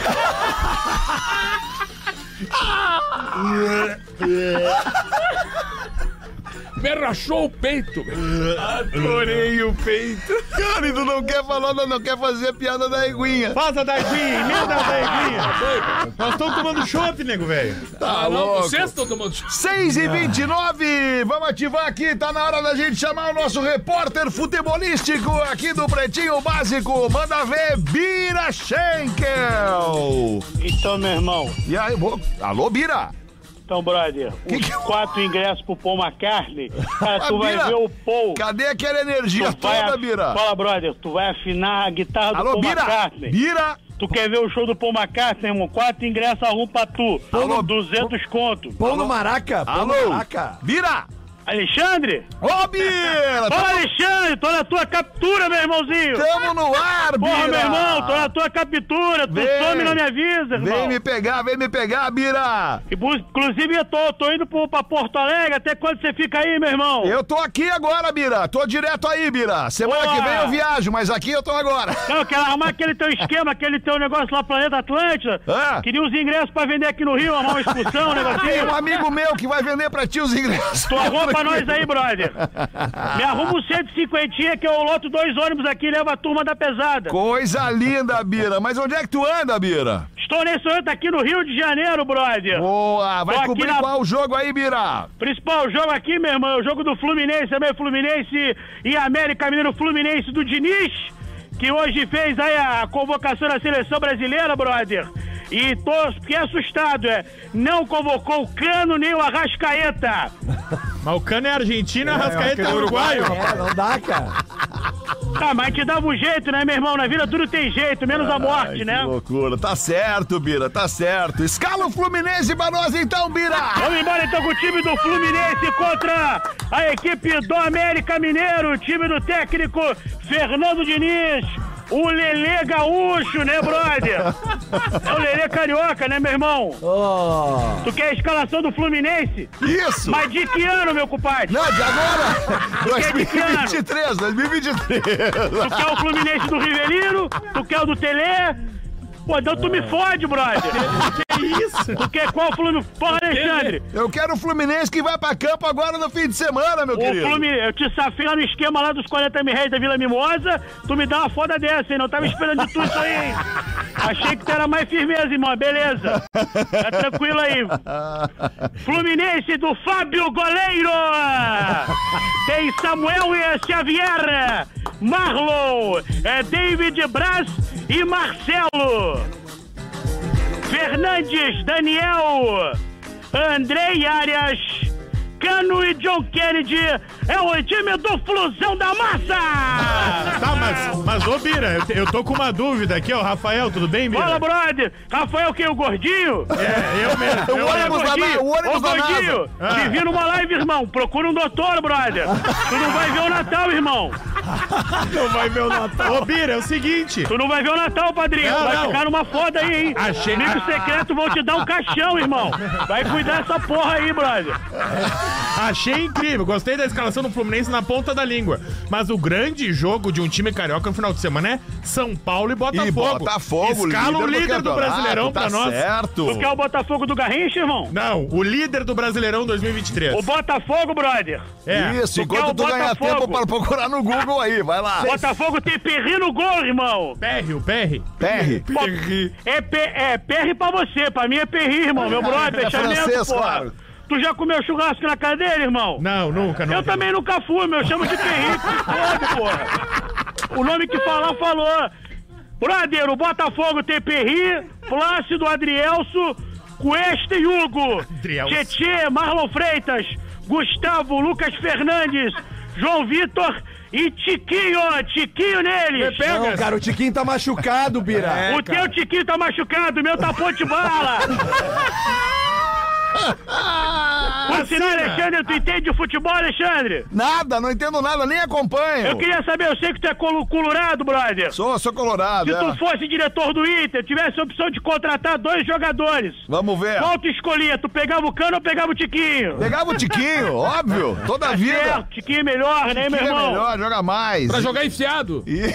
Me rachou o peito. meu. Adorei o peito. Cara, e tu não quer falar, não, não quer fazer a piada da eguinha. Faz a daiguinha, emenda a daiguinha. Nós estamos tomando chopp, nego, velho. Ah, não, louco. vocês estão tomando chá. 6 e 29 vamos ativar aqui, tá na hora da gente chamar o nosso repórter futebolístico aqui do Pretinho Básico. Manda ver, Bira Schenkel. Então, meu irmão, E aí, bo- alô, Bira. então, brother, Que é os que eu- quatro ingressos pro Paul McCartney, cara, tu Ah, vai Bira, ver o Paul. Cadê aquela energia Tu vai toda, af- Bira? Fala, brother, tu vai afinar a guitarra do Alô, Paul Bira. McCartney. Bira. Tu quer ver o show do Paul McCartney, irmão? Quatro ingressos a um pra tu. Alô, 200 conto. Pão no Maraca, pão no Alô. Maraca. Bira. Alexandre? Ô, Bira! Ô, Alexandre, tô na tua captura, meu irmãozinho! Tamo no ar, Bira! Porra, meu irmão, tô na tua captura, tu Vem. some e não me avisa, irmão! Vem me pegar, vem me pegar, Bira! E bu- Inclusive, eu tô, tô indo pro, pra Porto Alegre, até quando você fica aí, meu irmão? Eu tô aqui agora, Bira! Tô direto aí, Bira! Semana Boa. que vem eu viajo, mas aqui eu tô agora! Não, eu quero arrumar aquele teu esquema, aquele teu negócio lá, Planeta Atlântida. Ah. Queria os ingressos pra vender aqui no Rio, arrumar uma excursão, um Tem negocinho. um amigo meu que vai vender pra ti os ingressos! Tu arruma pra nós aí, brother. Me arruma um 150 que eu loto dois ônibus aqui e levo a turma da pesada. Coisa linda, Bira! Mas onde é que tu anda, Bira? Estou nesse momento aqui no Rio de Janeiro, brother. Boa! Tô Vai aqui cobrir na- qual jogo aí, Bira? Principal jogo aqui, meu irmão, é o jogo do Fluminense também, Fluminense e América Mineiro Fluminense do Diniz, que hoje fez aí a convocação da seleção brasileira, brother. E tô fiquei assustado, é. Não convocou o Cano nem o Arrascaeta. Mas o Cano é argentino, a Rascaeta é uruguaio. É, não dá, cara. Tá, mas te dava um jeito, né, meu irmão? Na vida tudo tem jeito, menos a Ai, morte, que né? loucura! Tá certo, Bira, tá certo! Escala o Fluminense pra nós então, Bira! Vamos embora então com o time do Fluminense contra a equipe do América Mineiro, o time do técnico Fernando Diniz. O Lelê Gaúcho, né, brother? É o Lelê Carioca, né, meu irmão? Oh. Tu quer a escalação do Fluminense? Isso! Mas de que ano, meu compadre? Não, de agora! quer de que ano? 2023, 2023! Tu quer o Fluminense do Rivelino? Tu quer o do Telê? Pô, então tu me fode, brother. É. Que isso? Tu quer qual Fluminense? Porra, Alexandre. Eu quero o Fluminense que vai pra campo agora no fim de semana, meu O querido. Fluminense, eu te safei lá no esquema lá dos 40 mil reais da Vila Mimosa, tu me dá uma foda dessa, hein? Não tava esperando de tudo isso aí, hein? Achei que tu era mais firmeza, irmão. Beleza. Tá tranquilo aí. Fluminense do Fábio Goleiro! Tem Samuel e Xavier! Marlon! É David Braz e Marcelo! Fernandes, Daniel! Andrei Arias! Cano e John Kennedy é o time do Flusão da Massa! Tá, mas, mas ô Bira, eu, te- eu tô com uma dúvida aqui, ó. Rafael, tudo bem, Bola, Bira? brother! Rafael, quem? O gordinho? É, eu mesmo. Eu, ônibus mesmo. da Gordinho, Na- Ah. o ônibus ô, da Gordinho, NASA. te vira uma live, irmão. Procura um doutor, brother. Tu não vai ver o Natal, irmão. Não vai ver o Natal. Ô Bira, é o seguinte. Tu não vai ver o Natal, padrinho. Não, vai não. ficar numa foda aí, hein? Achei- Amigo Ah. secreto vão te dar um caixão, irmão. Vai cuidar dessa porra aí, brother. Achei incrível, gostei da escalação do Fluminense na ponta da língua. Mas o grande jogo de um time carioca no final de semana é São Paulo e Botafogo. E Botafogo, Tá Escala o líder do, campeonato, Brasileirão tá pra nós. certo. Tu quer o Botafogo do Garrincha, irmão? Não, o líder do Brasileirão O 2023. Botafogo, brother. É. Isso, Tu quer enquanto o tu ganhar Botafogo? tempo para procurar no Google aí, vai lá. Botafogo tem perri no gol, irmão. Perry, o Perry. Perry. Perry. É, pe... é perri pra você, pra mim é perri, irmão. Meu brother, É francês, fechamento, porra. claro. Tu já comeu churrasco na cadeira, irmão? Não, nunca, nunca. Eu também nunca fui, meu. Eu chamo de perrico, foda, porra. O nome que falar, falou. Brother, o Botafogo tem Perri, Plácido, Adrielso, Cuesta e Hugo. Adrielso. Tietê, Marlon Freitas, Gustavo, Lucas Fernandes, João Vitor e Tiquinho. Tiquinho neles. Não, É, cara, o Tiquinho tá machucado, Bira. o teu Tiquinho tá machucado, o meu tá ponte bala. Por sinal, Alexandre, tu entende de futebol, Alexandre? Nada, não entendo nada, nem acompanho. Eu queria saber, eu sei que tu é colo- colorado, brother. Se Sou, sou colorado. é. tu fosse diretor do Inter, tivesse a opção de contratar dois jogadores. Vamos ver. Qual tu escolhia? Tu pegava o cano ou pegava o Tiquinho? Pegava o Tiquinho, óbvio, toda a vida. Certo, Tiquinho é melhor, né, meu Tiquinho é irmão? melhor, joga mais. Pra jogar enfiado. E-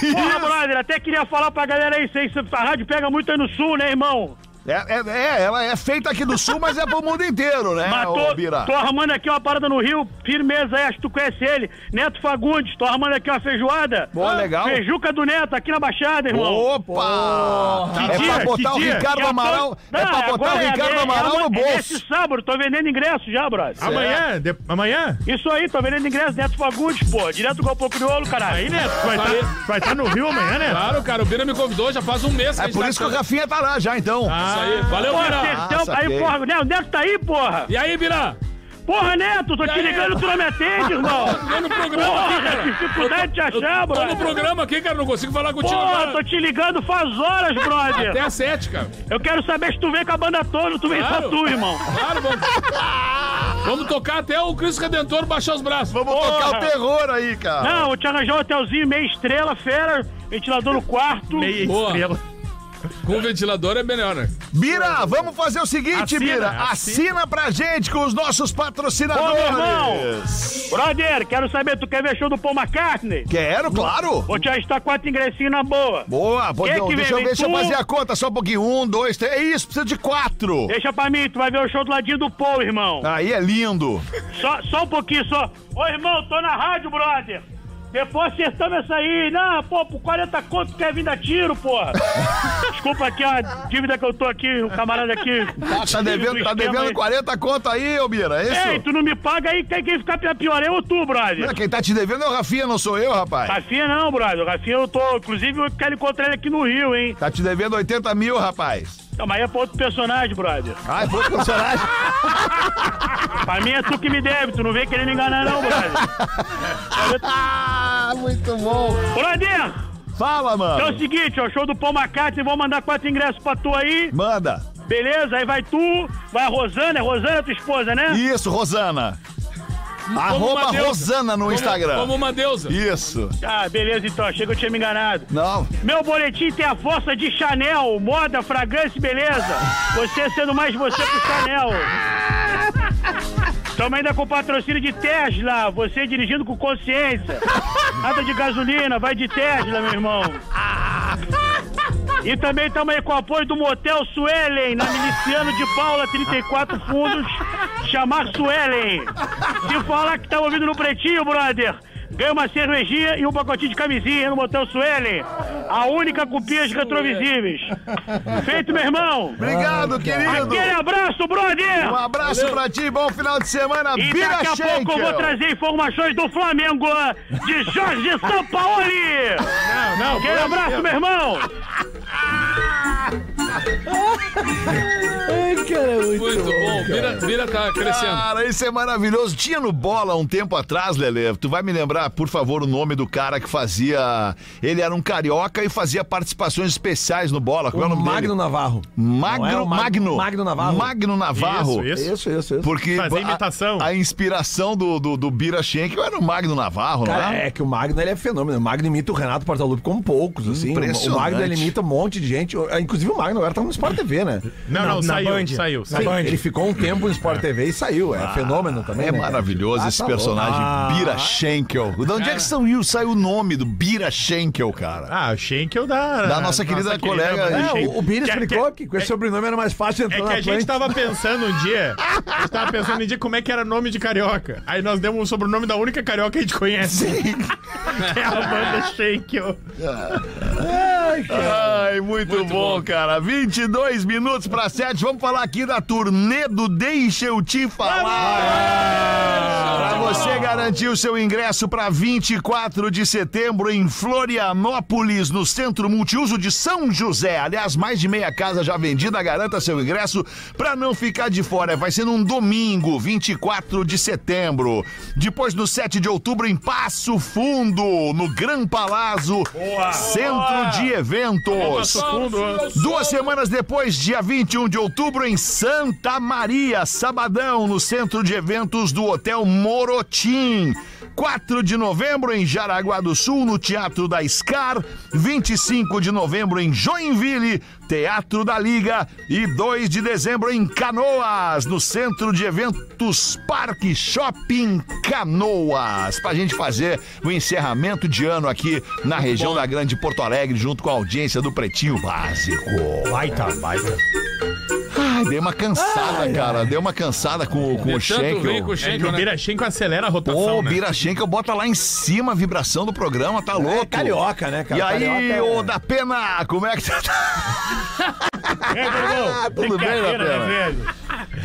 Porra, brother, até queria falar pra galera aí, sei que a rádio pega muito aí no sul, né, irmão? É, é- é, ela é feita aqui do sul, mas é pro mundo inteiro, né, Mas ô, tô, Bira? tô armando aqui uma parada no Rio, firmeza aí, acho que tu conhece ele. Neto Fagundes, tô armando aqui uma feijoada. Boa, legal. Feijuca do Neto, aqui na Baixada, irmão. Opa! Que é dia, pra botar que o dia? Ricardo Amaral, é Ah, pra botar o Ricardo Amaral no É bolso. nesse sábado, tô vendendo ingresso já, brother. Amanhã, de- amanhã. Isso aí, tô vendendo ingresso, Neto Fagundes, pô. Direto do Galpão Crioulo, caralho. Aí, Neto, vai estar vai tá no Rio amanhã, né? Claro, cara, o Bira me convidou já faz um mês. É a gente por tá- isso que o Rafinha tá lá já, então. Ah, Isso aí. Valeu, Porra, Bira. atenção, Ah, aí, saquei. porra, né, o Neto tá aí, porra. E aí, Bira? Porra, Neto, tô E te aí? ligando, tu não me atende, irmão. Tô no programa aqui, Porra, cara. que dificuldade de achar, Tô no brother. programa aqui, cara, não consigo falar contigo Porra, agora. tô te ligando faz horas, brother. Até às sete, cara. Eu quero saber se tu vem com a banda toda, ou tu vem Claro. só tu, irmão. Claro, vamos. Vamos tocar até o Cristo Redentor baixar os braços. Vamos tocar o terror aí, cara. Não, eu te arranjou um hotelzinho, meia estrela, fera, ventilador no quarto. Meia Boa. estrela. Com o ventilador é melhor, né? Bira, vamos fazer o seguinte, Assina, Bira. Assina, assina. pra gente com os nossos Ô, meu irmão! patrocinadores. Brother, quero saber, tu quer ver show do Paul McCartney? Quero, claro. Vou te ajustar quatro ingressinhos na boa. Boa, pode, é que deixa, eu vem? ver, deixa eu Tu? fazer a conta só um pouquinho. Um, dois, três. É isso, precisa de quatro. Deixa pra mim, tu vai ver o show do ladinho do Paul, irmão. Aí é lindo. Só, só um pouquinho, só. Ô, irmão, tô na rádio, brother. Depois acertamos essa aí. Não, pô, por 40 conto tu quer vir dar tiro, porra. Desculpa aqui a dívida que eu tô aqui, o camarada aqui. Tá, tá devendo, tá devendo 40 conto aí, ô Bira, é Ei, isso? tu não me paga aí, quem, quem fica pi- pior é o tu, brother. Quem tá te devendo é o Rafinha, não sou eu, rapaz. Rafinha não, brother. Rafinha eu tô, inclusive eu quero encontrar ele aqui no Rio, hein. Tá te devendo 80 mil, rapaz. Então, mas é pra outro personagem, brother. Ai, foi personagem. Pra mim é tu que me deve, tu não vem querendo enganar não, brother. ah, muito bom. Brother, Fala, então é o mano. seguinte, ó, show do Paul McCartney, vou mandar quatro ingressos pra tu aí. Manda. Beleza, aí vai tu, vai a Rosana, é Rosana tua esposa, né? Isso, Rosana. uma Arroba deusa. Rosana no Instagram. Como uma deusa. Isso. Ah, beleza então, achei que eu tinha me enganado. Não. Meu boletim tem a força de Chanel, moda, fragrância e beleza. Você sendo mais você que o Chanel. Estamos ainda com o patrocínio de Tesla, você dirigindo com consciência. Nada de gasolina, vai de Tesla, meu irmão. E também estamos aí com o apoio do Motel Suelen, na Miliciano de Paula, 34 fundos. Chamar Suelen. Se falar que tá ouvindo no Pretinho, brother, ganha uma cervejinha e um pacotinho de camisinha no Motel Suelen. A única com pias retrovisíveis. Feito, meu irmão. Obrigado, Ah, querido. Aquele abraço, brother. Um abraço pra ti, bom final de semana. E Bira daqui a Schenkel. pouco eu vou trazer informações do Flamengo de Jorge Sampaoli. Não, não. Aquele abraço, meu irmão. Muito bom. Vira, vira tá crescendo. Cara, isso é maravilhoso. Tinha no Bola um tempo atrás, Lele. Tu vai me lembrar, por favor, o nome do cara que fazia. Ele era um carioca e fazia participações especiais no Bola. Como é o nome Magno dele? Navarro. Magno, Não era o Mag- Magno. Magno Navarro. Magno Navarro. Isso, isso. Isso, isso, isso. Porque Fazer a- imitação. A, inspiração do, do, do Bira Schenkel era o Magno Navarro, Cara, não é? é que o Magno ele é fenômeno. O Magno imita o Renato Portaluppi como poucos, assim. O Impressionante. Magno ele imita um monte de gente. Inclusive o Magno agora tá no Sport TV, né? Não, não, saiu, saiu, Sim, saiu. ele ficou um tempo no Sport TV e saiu. É fenômeno também. É né? maravilhoso Ah, esse tá personagem, louco. Ah, Bira Schenkel. De onde é que saiu, saiu o nome do Bira Schenkel, cara? Ah, achei que eu da. Da nossa querida colega Manu É, Schenkel. o, o Bira Que- explicou que- que, é com esse sobrenome era mais fácil É entrar que na a gente Atlântida. tava pensando um dia. A gente tava pensando um dia como é que era nome de carioca. Aí nós demos o sobrenome da única carioca que a gente conhece. que é a banda Shakel. Ai, muito, bom, cara. 22 minutos para 7. Vamos falar aqui da turnê do Deixa Eu Te Falar. Para você garantir o seu ingresso para 24 de setembro em Florianópolis, no Centro Multiuso de São José. Aliás, mais de meia casa já vendida. Garanta seu ingresso para não ficar de fora. Vai ser num domingo, 24 de setembro. Depois, no 7 de outubro, em Passo Fundo, no Gran Palazzo, Centro de Eventos. Duas semanas depois, dia 21 de outubro, em Santa Maria, sabadão, no centro de eventos do Hotel Morotim. 4 de novembro em Jaraguá do Sul, no Teatro da Scar. 25 de novembro em Joinville, Teatro da Liga. E 2 de dezembro em Canoas, no Centro de Eventos Parque Shopping Canoas. Pra gente fazer o encerramento de ano aqui na região da Grande Porto Alegre, junto com a audiência do Pretinho Básico. Baita, baita. Ai, dei uma cansada, cara. Dei uma cansada com, com o De tanto rir Schenkel. com o É que Schenkel, o né? Bira Schenkel acelera a rotação. Ô, né? Bira Schenkel bota lá em cima a vibração do programa, tá louco? É carioca, né, cara? E aí, Carioca é- ô da pena, como é que você tá? É, meu irmão. Tudo bem, da Brincadeira, né, pena? velho?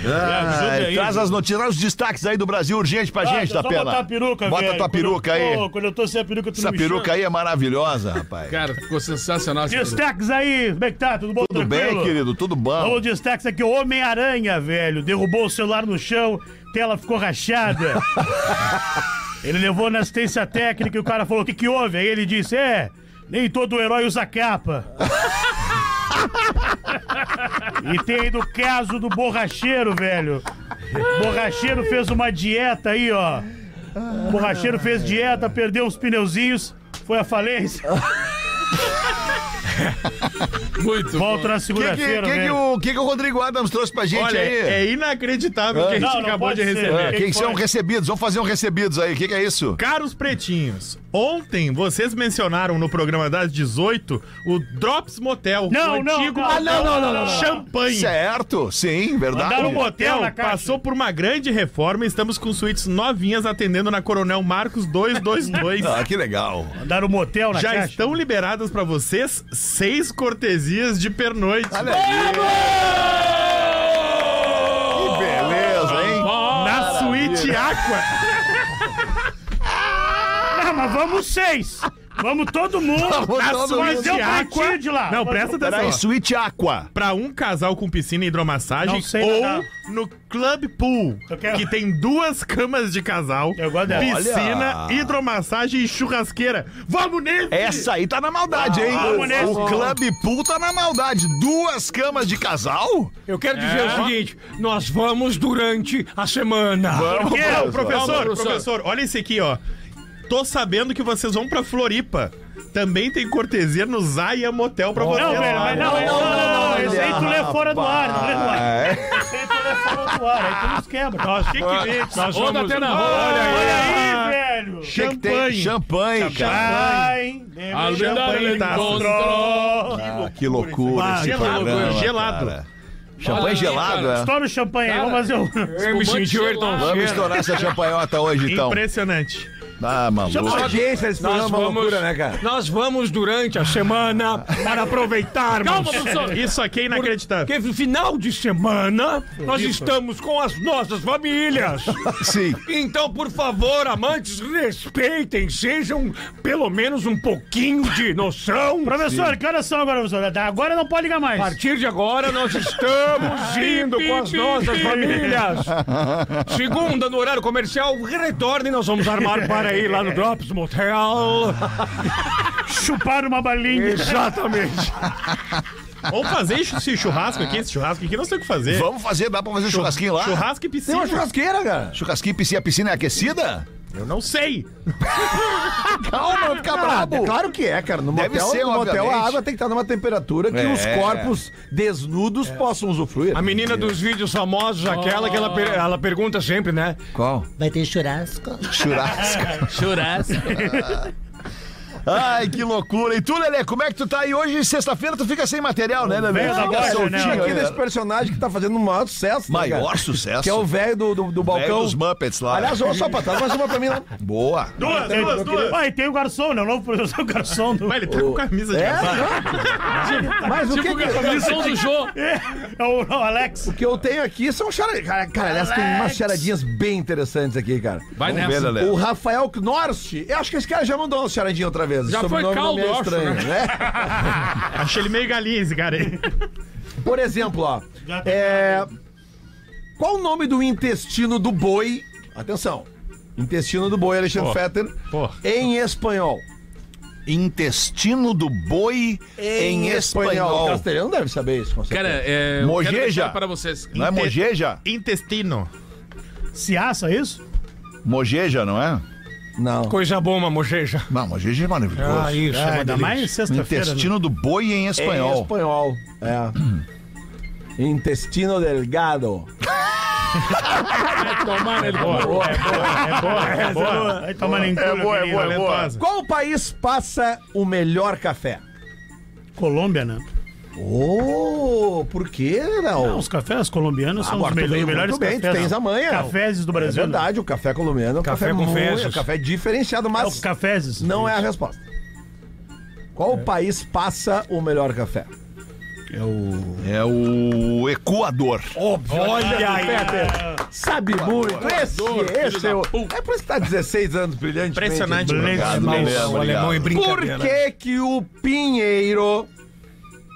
Ai, traz as notícias, traz os destaques aí do Brasil urgente pra gente, Ah, da só pena. botar a peruca, Bota velho. tua peruca quando aí. Eu tô, quando eu tô sem a peruca, tu Essa não me peruca chama. aí é maravilhosa, rapaz. Cara, ficou sensacional. essa coisa. Destaques aí, como é que tá? Tudo bom, Tudo tranquilo? bem, querido? Tudo Então, bom? o destaque aqui, o Homem-Aranha, velho, derrubou o celular no chão, tela ficou rachada. ele levou na assistência técnica e o cara falou, o que que houve? Aí ele disse, é, nem todo herói usa capa. e tem ainda o caso do borracheiro, velho, Borracheiro fez uma dieta aí, ó. Borracheiro fez dieta, perdeu os pneuzinhos, foi à falência. Muito Volta bom. na O que, que, segunda-feira, que, que, velho. o, que, que o Rodrigo Adams trouxe pra gente Olha, aí? Ah. é inacreditável o que a gente Não, não acabou pode de ser. receber. É. Quem Quem são foi? recebidos? Vamos fazer um recebidos aí. O que, que é isso? Caros pretinhos, ontem vocês mencionaram no programa das 18 o Drops Motel, Não, o não, antigo não, motel não, não, não, não. champanhe. Certo, sim, verdade. Mandaram O um motel na motel caixa. passou por uma grande reforma e estamos com suítes novinhas atendendo na Coronel Marcos 222. Ah, que legal. Mandaram um motel na Já caixa. estão liberadas pra vocês seis cortesias de pernoite. Olha aí. Que beleza, hein? na suíte Aqua. Ah, mas vamos seis. Vamos todo mundo. Vamos Na todo Mas suíte deu Aqua. pretinho de lá. Não, Mas- presta atenção. Peraí, suíte Aqua. Pra um casal com piscina e hidromassagem Não sei ou nadar. no Club Pool, Eu quero- que tem duas camas de casal, Eu gosto dela. piscina, Olha. hidromassagem e churrasqueira. Vamos nesse! Essa aí tá na maldade, Ah, hein? vamos nessa. O Club Pool tá na maldade. Duas camas de casal? Eu quero dizer é o É. seguinte: nós vamos durante a semana. Vamos, quê? professor. Professor, Calma, professor, professor. olha esse aqui, ó. Tô sabendo que vocês vão pra Floripa. Também tem cortesia no Zaya Motel pra vocês. Não, velho, mas não, esse- não, não, não, esse aí tu lê fora do ar, não lê no ar. Esse aí tu lê fora do ar, aí tu nos quebra. Nós, que que vê? Nós Ô, vamos... Datena, Olha olha aí. aí, velho. Que que tem? Champanhe, cara. Ai, A Deus lenda champanhe tá- encontrou. Ah, que loucura esse gelado, programa, gelado. cara. Champanhe Olha aí, gelado, cara. é? Estoura o champanhe aí, vamos fazer um... Eu me senti o Ayrton gelado. Vamos Senna. estourar essa champanhota hoje, então. Impressionante. Ah, maluco. audiência desse programa é Nós uma vamos, loucura, né, cara? nós vamos durante a semana para aproveitarmos. Calma, professor. Isso aqui é inacreditável. Porque no final de semana nós estamos com as nossas famílias. Sim. Então, por favor, amantes, respeitem, sejam pelo menos um pouquinho de noção. Professor, que horas são agora, professor? Tá, Agora não pode ligar mais. A partir de agora, nós estamos indo com as nossas famílias. Segunda, no horário comercial, retorne. Nós vamos armar para ir lá no Drops Motel. Chuparam uma balinha. Exatamente. Vamos fazer esse churrasco aqui, esse churrasco aqui, não sei o que fazer. Vamos fazer, dá pra fazer churrasquinho lá? um Churrasco e Tem uma piscina. churrasqueira, cara. Churrasquinho e piscina. A piscina é aquecida? Eu não sei. Calma, fica Ah, brabo. claro que é, cara. No Deve motel, ser, no motel a obviamente. água tem que estar numa temperatura que É. os corpos desnudos possam usufruir. A menina dos vídeos famosos, aquela que ela, per- ela pergunta sempre, né? Qual? Vai ter churrasco? Churrasco. Churrasco. Ai, que loucura. E tu, Lelê, como é que tu tá aí hoje? Sexta-feira tu fica sem material, né, Lelê? Vem da Fica loja, soltinho, né? Aqui né? desse personagem que tá fazendo o maior sucesso. né, cara? Maior sucesso. Que é o velho do, do, do Velho balcão. dos Muppets lá. Aliás, olha só, Patá, mais uma pra mim. né? não. Boa. Duas, duas, duas. Ah, e tem o garçom, né? O novo professor o garçom do... Vai, ele tá com camisa de É? casal. não? Mas o que, Tipo a que, missão do Jô. É o o Alex. o que eu tenho aqui são charadinhas. Cara, cara, aliás, tem umas charadinhas bem interessantes aqui, cara. Vai Vamos nessa. ver, Lelê. O Rafael Knorst, eu acho que esse cara já mandou uma charadinha outra vez. Já O foi sobrenome não me é caldo, eu acho, né? Achei ele meio galinha, esse cara aí. Por exemplo, ó. Já tem É, qual o nome do intestino do boi? Atenção. Intestino do boi, Alexandre Pô. Fetter. Pô. Em espanhol. Intestino do boi em, O espanhol. castelhano deve saber isso, com Cara, certeza. é, eu Mojeja. quero deixar para vocês. Não é Inte- mojeja? Intestino. Ciaça, é isso? Mojeja, não é? Não. Coisa boa, uma mocheja. Não, mojeja é maravilhoso. Ah, isso. é uma Ainda delícia. Tá mais sexta-feira. né? Intestino do boi em Em espanhol. espanhol. É. Intestino delgado. Tomar nele. É boa. Vai tomar nem É boa, é boa, é né? boa. Talentosa. Qual país passa o melhor café? Colômbia, né? Oh, por que, Não, não? os cafés colombianos são Agora os tu melhores, veio melhores muito bem, tu cafés. tens né? a manha. Cafés do Brasil. né? É verdade, o café colombiano é um Café café, com muito- fezes. café diferenciado, Né? É Ah, mas os cafés. Não é a resposta. É. Qual país passa o melhor café? É o Equador. tá? Olha aí. Sabe muito. Esse, esse é o. É por isso que tá 16 anos brilhante. Impressionante. Obrigado, Lelê, O alemão é obrigado. Por brincadeira. que que o Pinheiro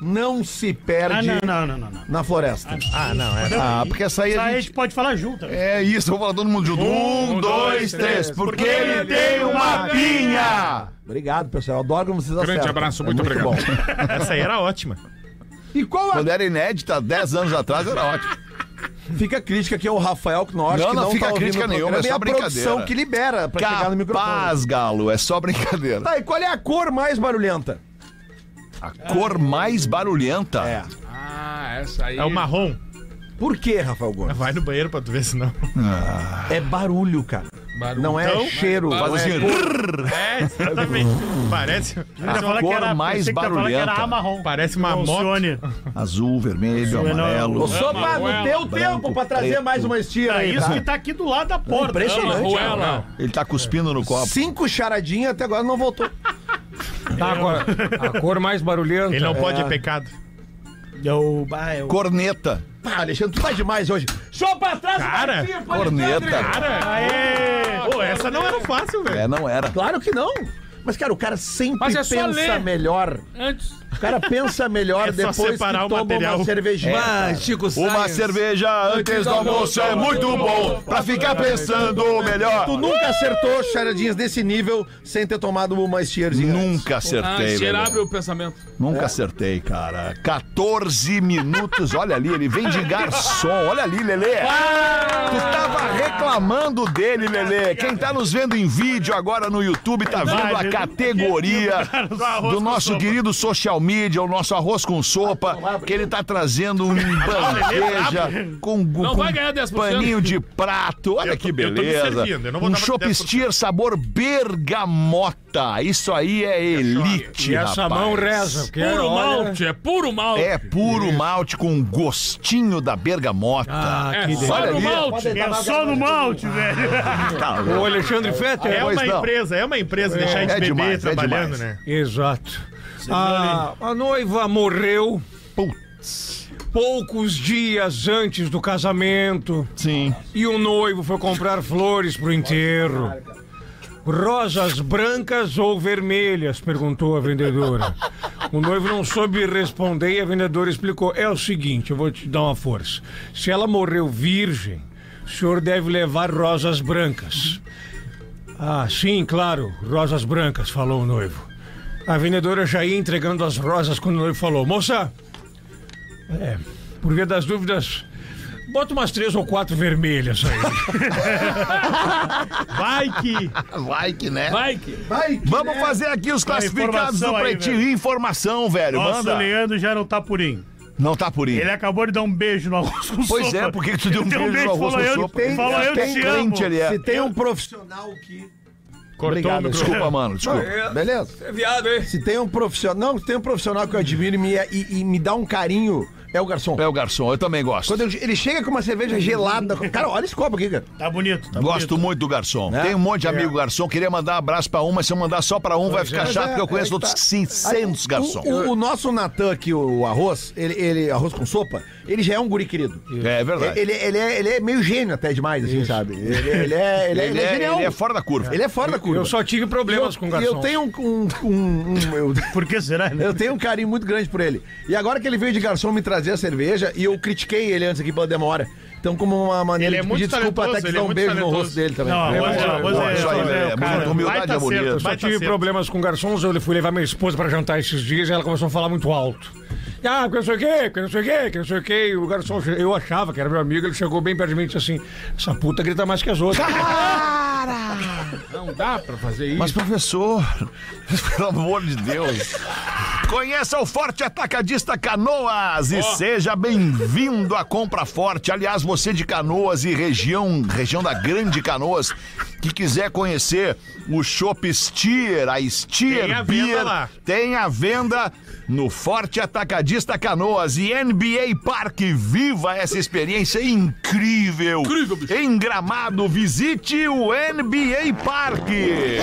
não se Ah, perde não, não, não, não. não. na floresta? Ah, não, é. Ah, porque essa aí Isso a aí a gente... gente pode falar junto. né? É isso, vou falar todo mundo junto. Um, dois, três. Porque ele tem uma pinha. Obrigado, pessoal. Adoro como vocês Grande Tá acertam. abraço, É muito obrigado. bom. Essa aí era ótima. E qual a... é Quando era inédita, 10 anos atrás, era ótimo. Fica a crítica aqui ao Rafael Knorr, Não, que não não fica tá ouvindo crítica o nenhuma, programa, é só e a brincadeira. produção que libera pra chegar no microfone. Capaz, Galo, é só brincadeira. Tá, e qual é a cor mais barulhenta? A cor mais barulhenta. É. Ah, essa aí. É o marrom. Por que, Rafael Gomes? Vai no banheiro pra tu ver se não. É barulho, cara. Barulho. Não é Então, cheiro. mas não Faz é assim, cor. É, exatamente. parece, a parece, cor mais pensei que tava falando que barulhenta. Era amarrom. parece uma moto. Alcione. Azul, vermelho, não. Ô, amarelo. Sopa, não deu tempo pra trazer preto. mais uma estira É aí, isso tá? que tá aqui do lado da porta. Impressionante. Ou ela. Ele tá cuspindo no copo. Cinco charadinhas até agora não voltou. Tá, agora, a cor mais barulhenta. Ele não pode, é pecado. Eu, ah, eu- Corneta. Pá, Alexandre, tu tá demais hoje. Sopa, traz Cara, mais cinco, Alexandre. Corneta. É, Cara, Pô, essa não era fácil, velho. É, não era. Claro que não. Mas, cara, o cara sempre Mas é só pensa ler. melhor. Antes. O cara pensa melhor É só depois que separar o toma material. uma cervejinha. É. Chico Uma Sainz. cerveja antes do almoço é muito bom pra ficar pensando melhor. Tu nunca acertou charadinhas desse nível sem ter tomado uma estierzinha. Nunca Ah, acertei, cheira, velho. abre o pensamento. É. Nunca acertei, cara. 14 minutos, olha ali, ele vem de garçom. Olha ali, Lelê. Tu tava reclamando dele, Lelê. Quem tá nos vendo em vídeo agora no YouTube tá vendo a é categoria tá do nosso querido social media, o nosso arroz com sopa, que ele tá trazendo um bandeja com, Não vai ganhar com 10%. paninho de prato. Olha Eu tô- que eu tô me beleza. servindo, eu não vou Um dar pra 10%. chopstier sabor bergamota. Isso aí é elite, E essa rapaz. mão reza. porque Puro olha- malte, é puro malte. É puro malte com gostinho da bergamota. Ah. É delícia. só Olha no ali, malte. É só no malte, velho. Tá, O Alexandre Fetter. É Pois uma não. empresa, é uma empresa deixar É de beber demais, é trabalhando, demais. né? Exato. A, a noiva morreu poucos dias antes do casamento Sim. e o noivo foi comprar flores pro enterro. Rosas brancas ou vermelhas? perguntou a vendedora. O noivo não soube responder e a vendedora explicou: É o seguinte, eu vou te dar uma força. Se ela morreu virgem, o senhor deve levar rosas brancas. Ah, sim, claro, rosas brancas, falou o noivo. A vendedora já ia entregando as rosas quando o noivo falou: Moça, é, por via das dúvidas, bota umas três ou quatro vermelhas aí. Vai que. Vai que né. Vai que. né? Vamos né? fazer aqui os classificados do informação aí, Pretinho. informação, velho. Nossa, Manda. o Leandro já não tá purinho. Não tá purinho. Ele acabou de dar um beijo no arroz com Pois sopa. é, por que que tu deu um Ele beijo no falou, arroz com eu, sopa? Falou, eu Tem te amo. crente ali, é. Se tem um profissional que. Cortou o microfone. Desculpa, mano. Desculpa. Beleza. É viado, hein? Se tem um profissional. Não, se tem um profissional que eu admiro e me, e- e me dá um carinho, é o garçom. É o garçom, eu também gosto. Quando eu- ele chega com uma cerveja gelada. Cara, olha esse copo aqui, cara. Tá bonito, tá Gosto bonito. muito do garçom. Tem um monte de amigo garçom. Queria mandar um abraço pra um, mas se eu mandar só pra um, vai ficar é, chato, porque eu é conheço que outros tá. um, 600 garçom. O, o- o nosso Natan aqui, o arroz, ele, ele- arroz com sopa, ele já é um guri querido. É verdade. Ele, ele é, ele é meio gênio até demais, assim, sabe? Ele, ele é, ele, é- ele é genial. ele é fora da curva. Ele é fora da curva. Eu só tive problemas com E o eu, garçom. tenho um. um- um- um- eu, Por que será, né? eu tenho um carinho muito grande por ele. E agora que ele veio de garçom me trazer a cerveja, e eu critiquei ele antes aqui pela demora. Então, como uma maneira Ele é de muito pedir desculpa, até talentoso, que ele é dá um muito beijo no talentoso. rosto dele também. Não, É, arroz, mas- arroz Bom, é... isso aí, arroz velho, é é o cara. muito humildade vai é tá bonito. certo, Só vai tá tive certo. problemas com garçons, eu fui levar minha esposa pra jantar esses dias e ela começou a falar muito alto. Ah, porque não sei o quê, porque não sei o quê, porque não sei o quê. E o garçom, che- eu achava que era meu amigo, ele chegou bem perto de mim e disse assim: essa puta grita mais que as outras. Não dá pra fazer isso. Mas, professor, pelo amor de Deus. Conheça o Forte Atacadista Canoas e seja bem-vindo à Compra Forte. Aliás, você de Canoas e região, região da Grande Canoas, que quiser conhecer o Shop Steer, a Steer Tem a venda Beer, lá. tem a venda no Forte Atacadista Canoas e NBA Parque. Viva essa experiência incrível! Incrível, bicho. Em Gramado, visite o NBA Parque.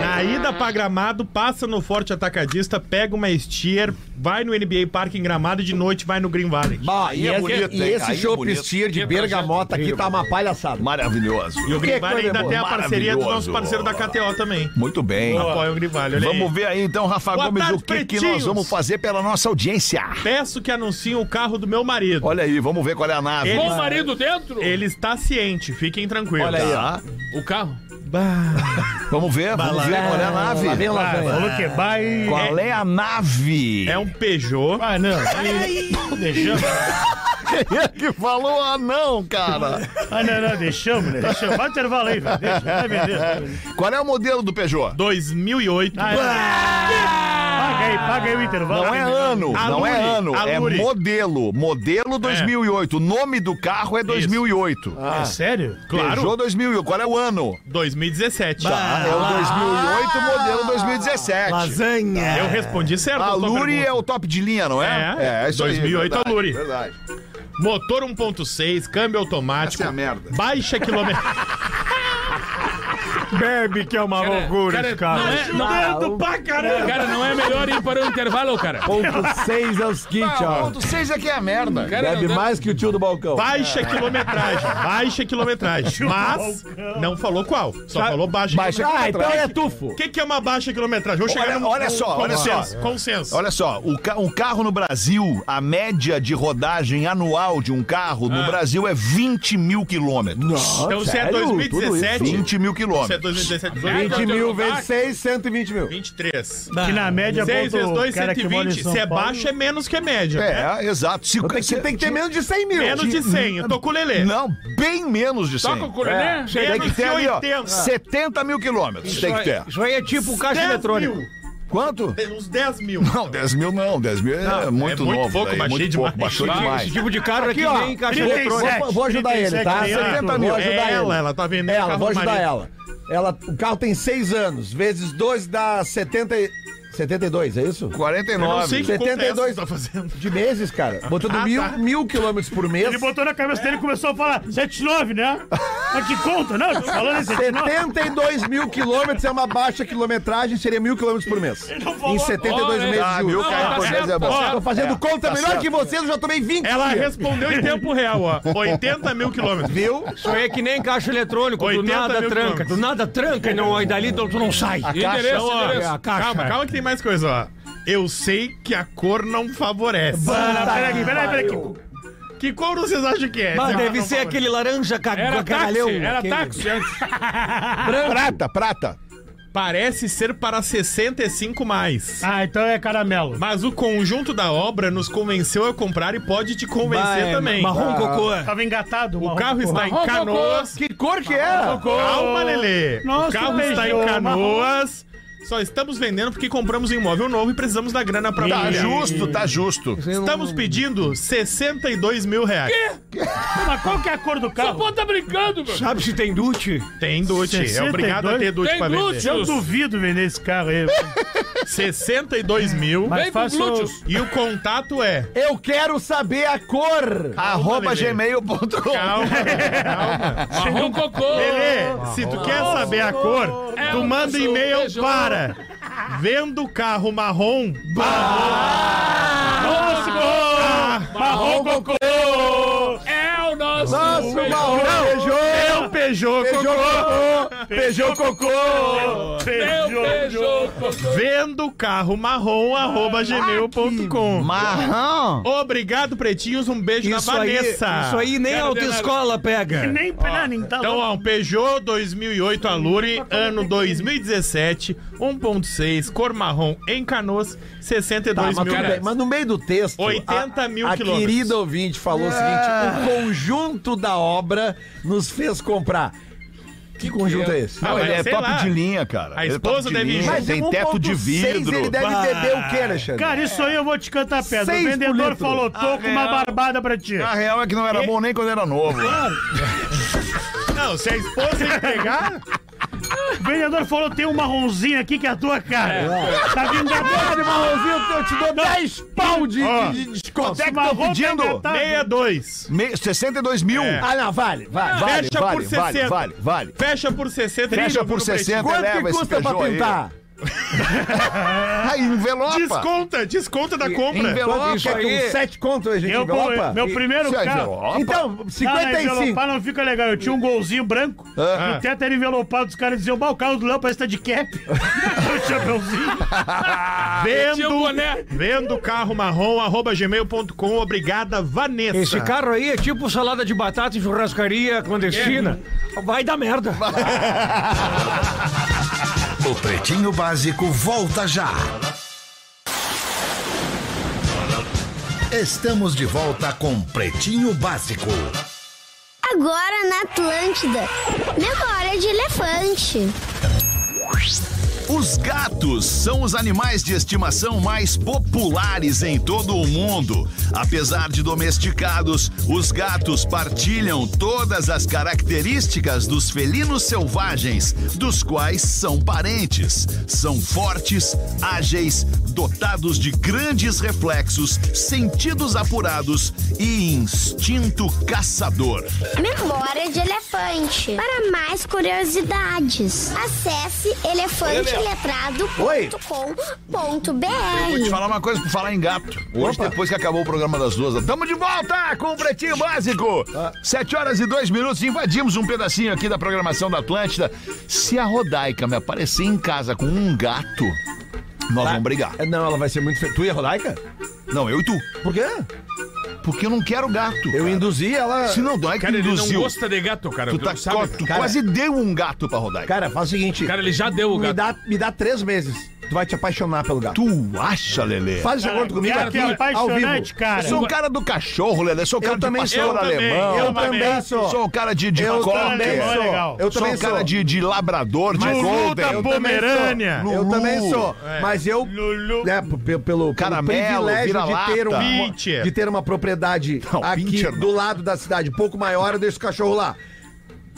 Na ida pra Gramado, passa no Forte Atacadista, pega uma Steer, vai no NBA Parque em Gramado e de noite vai no Green Valley. Bah, Aí e, é esse- bonito, e hein? esse Aí é chopp bonito. steer de bergamota aqui tá uma palhaçada. Maravilhoso. E o Green que Valley coisa ainda boa, tem a parceria do nosso maravilhoso. parceiro da KTO também. Muito bem. Apoia o Green Valley, olha aí. Vamos ver aí então, Rafa Boa Gomes, tarde, o que, que nós pretinhos. vamos fazer pela nossa audiência. Peço que anunciem o carro do meu marido. Olha aí, vamos ver qual é a nave. Ele- Com o marido dentro? Ele está ciente, fiquem tranquilos. Olha aí, ó. O carro? Vamos ver, vamos ver qual é a nave. Lá vem o Ah, Tá lasanha. falou que vai. Qual é a nave? É um Peugeot. Ah, não. Deixamos. Quem é que falou anão, cara? Ah, não, não, deixamos, né? Deixamos. Vai intervalo aí, velho. Deixa, vai vender. vai vender. Qual é o modelo do Peugeot? 2008. Ah, é. Paga aí, paga aí o intervalo. Não é ano, A não é Luri, ano, a é Luri. modelo. É. Modelo 2008. O nome do carro é 2008. É sério? Peugeot claro. 2008. Qual é o ano? 2017. Ah, é o 2008, modelo 2017. Ah, Eu respondi certo. A sua Luri pergunta. é o top de linha, não é? É, isso aí, 2008 verdade, a Luri. Verdade. Motor 1.6, câmbio automático. Essa é a merda. Baixa quilometragem. Bebe que é uma loucura esse não cara. é, não, Dando pra caramba. cara, não é melhor ir para o intervalo, cara? Ponto 6 é o seguinte, Ah, o ó. ponto 6 aqui é a merda. Hum. cara Bebe não dá- mais que o tio do balcão. Baixa quilometragem. Baixa quilometragem. Mas não falou qual. Só falou baixa, Tá. Baixa Ah, então atrás. é tufo. O que, que é uma baixa quilometragem? Vou chegar Olha- no olha só, olha só. consenso, Consenso. Olha só, o, ca- o carro no Brasil, a média de rodagem anual de um carro Ah. no Brasil é 20 mil quilômetros. Então se é sério? Tudo 2017. 20 mil Se é quilômetros. 2017. 20 mil vai- vezes 6, 120 mil. 23. Que na média 6 vezes ponto, 2, cara que mora em 120. São Se é Paulo- baixo, é menos que a média. É, exato. Se, Tem que, tem que ter menos de 100 mil. Menos de 100. Eu tô com o Lelê. Não, bem menos de 100. Toca o né? culelê. É. Tem Menos que ter de ali, ó. 80. 70 mil quilômetros tem que ter. Isso aí é tipo caixa 10 eletrônico. mil. Quanto? Tem uns 10 mil. Não, 10 mil não. 10 mil é, muito, é muito novo. pouco, daí, baixei muito demais. pouco, baixou Baixei demais. Esse tipo de é carro aqui, ó. Vem caixa 37, eletrônica. Vou, vou ajudar ele, tá? 37, 70 mil. Vou É ajudar ela, ele. ela tá vendendo Ela, carro vou do ajudar marido. ela. ela. O carro tem 6 anos, vezes 2 dá 70, e- 72, é isso? 49. Eu não sei que conta é essa 72. que tu tá fazendo. De meses, cara. Botando Ah, mil, tá. mil quilômetros por mês. Ele botou na cabeça dele e começou a falar 79, né? Mas que conta, não? Tô Falando em 79. 72 mil quilômetros é uma baixa quilometragem, seria mil quilômetros por mês. não falou. Em 72 Olha, meses Ah, de mil uso. Não, carros tá por mês é certo, bom. tá Tô fazendo conta tá melhor certo. que vocês, eu já tomei 20. Ela respondeu em tempo real, ó. 80 mil quilômetros. Viu? Isso aí é que nem caixa eletrônico, do 80 nada mil tranca, do quilômetros. nada tranca e não, e dali tu tu não sai. Endereço, Então, ó, endereço. a caixa. Calma, calma que tem mais coisa, ó. Eu sei que a cor não favorece. Ah, Peraí, Tá peraí, peraí, peraí. Que cor vocês acham que é? Mas Se a deve não ser favorece. aquele laranja ca- Era cagalhão. táxi, era aquele- táxi antes. Prata, prata. Parece ser para 65 mais. Ah, então é caramelo. Mas o conjunto da obra nos convenceu a comprar e pode te Ah, convencer é, também. Marrom cocô. Tava engatado. O carro está em Marrom cocô. canoas. Que cor que um é? Calma, Lelê. Nossa, o carro está beijou, em canoas. Só estamos vendendo porque compramos um imóvel novo e precisamos da grana para Tá pagar. justo, tá justo. Estamos pedindo 62 mil reais. Mas qual que é a cor do O carro? pô tá brincando, meu. Sabe se tem Duty? Tem Duty. É 62? obrigado a ter Duty Tem para glúteo. vender. Eu duvido vender esse carro aí. 62 mil. Mas Vem com faço- glúteos. E o contato é. Eu quero saber a cor. Arroba Lelê. gmail.com. Calma, calma. Marrom cocô. Lelê, se tu quer saber a cor, tu manda e-mail para vendo carro marrom. Ah, Marrom cocô! É o nosso. Nossa, o marrom beijou. Eu Peugeot Beijou Cocô. cocô. Beijou cocô. Meu Beijou. beijo. cocô. Vendo carro marrom arroba gmail.com. Marrão. Obrigado, pretinhos. Um beijo Isso na aí, Vanessa. isso aí nem a Quero ver autoescola pega. Nem pra nem tá Então, louco. ó, um Peugeot 2008 Alure, ano 2017, 1.6, cor marrom em Canoas, 62 Tá, mas, mil tudo bem, reais. mas no meio do texto, 80 mil a quilômetros. querida ouvinte falou É. o seguinte: o conjunto da obra nos fez comprar. Que conjunto é esse? Ah, Não, ele mas é sei top lá. de linha, cara. A Ele é top esposa de deve linha, junto. Mas Tem um teto de 1.6, vidro. Ele deve beber o que, Alexandre? Cara, isso aí eu vou te cantar pedra. Seis O por vendedor litro. falou, tô com uma barbada pra ti. A real é que não era bom nem quando era novo. Não, se a esposa entregar, O vendedor falou, tem um marronzinho aqui que é a tua cara. Tá vindo da boca de Marronzinho, eu te dou 10 pau de, Ó. de- de desconto. Quanto é que estão marrom pedindo? engatado. 62. Me- 62 mil. É. Ah, não, vale, vale, vale. Fecha vale, por vale, 60. vale, vale. Fecha por 60. Fecha Liga por pro Pretinho. 60, Quanto leva que esse custa pra Peugeot aí. pintar? Ah, envelopa. Desconta, desconta da compra. Envelopa. Isso aí. Sete conto a gente Eu, envelopa? meu primeiro Isso é carro. envelopa. Então, Não, na 55. envelopar não fica legal. Eu tinha um golzinho branco. E o teto era envelopado. Os caras diziam, "Bah, o carro do Léo parece que tá de cap. o chapeuzinho. Tinha um boné. Vendo carro marrom, arroba gmail.com. Obrigada, Vanessa. Esse carro aí é tipo salada de batata e churrascaria clandestina. É. Vai dar merda. O Pretinho Básico volta já. Estamos de volta com Pretinho Básico. Agora na Atlântida. Memória de elefante. Os gatos são os animais de estimação mais populares em todo o mundo. Apesar de domesticados, os gatos partilham todas as características dos felinos selvagens, dos quais são parentes. São fortes, ágeis, dotados de grandes reflexos, sentidos apurados e instinto caçador. Memória de elefante. Para mais curiosidades, acesse Vou te elefanteletrado.com.br. falar uma coisa pra falar em gato. Hoje, depois que acabou o programa das duas, estamos de volta com o Pretinho Básico. Tá. Sete horas e dois minutos, invadimos um pedacinho aqui da programação da Atlântida. Se a Rodaica me aparecer em casa com um gato, nós vamos brigar. É, Não, ela vai ser muito feia. Tu e a Rodaica? Não, eu e tu. Por quê? Porque eu não quero gato. Eu induzi ela. Se não, não é que Cara, tu ele não induziu. gosta de gato, cara. Tu, tá, sabe? co- tu cara. quase deu um gato pra Rodaica. Cara, faz o seguinte. Cara, ele já deu o me, gato. dá, me dá três meses. Tu vai te apaixonar pelo gato. Tu acha, Lelê? Faz esse acordo comigo Cara, que aqui, é ao apaixonante, vivo. cara. Eu sou um cara do cachorro, Lelê. Sou um cara de também sou. pastor Eu também. alemão. Eu também sou. Sou um cara de, de Eu cocker. também é sou. legal. Eu sou também um cara sou. de, de labrador, de Lulu golden. da Eu Pomerânia. também sou. Eu também Lulu. sou. Mas eu, né, p- pelo, pelo Caramelo, privilégio de ter, uma, vira-lata. de ter uma propriedade Não, aqui pincher não. do lado da cidade, pouco maior, eu deixo o cachorro lá.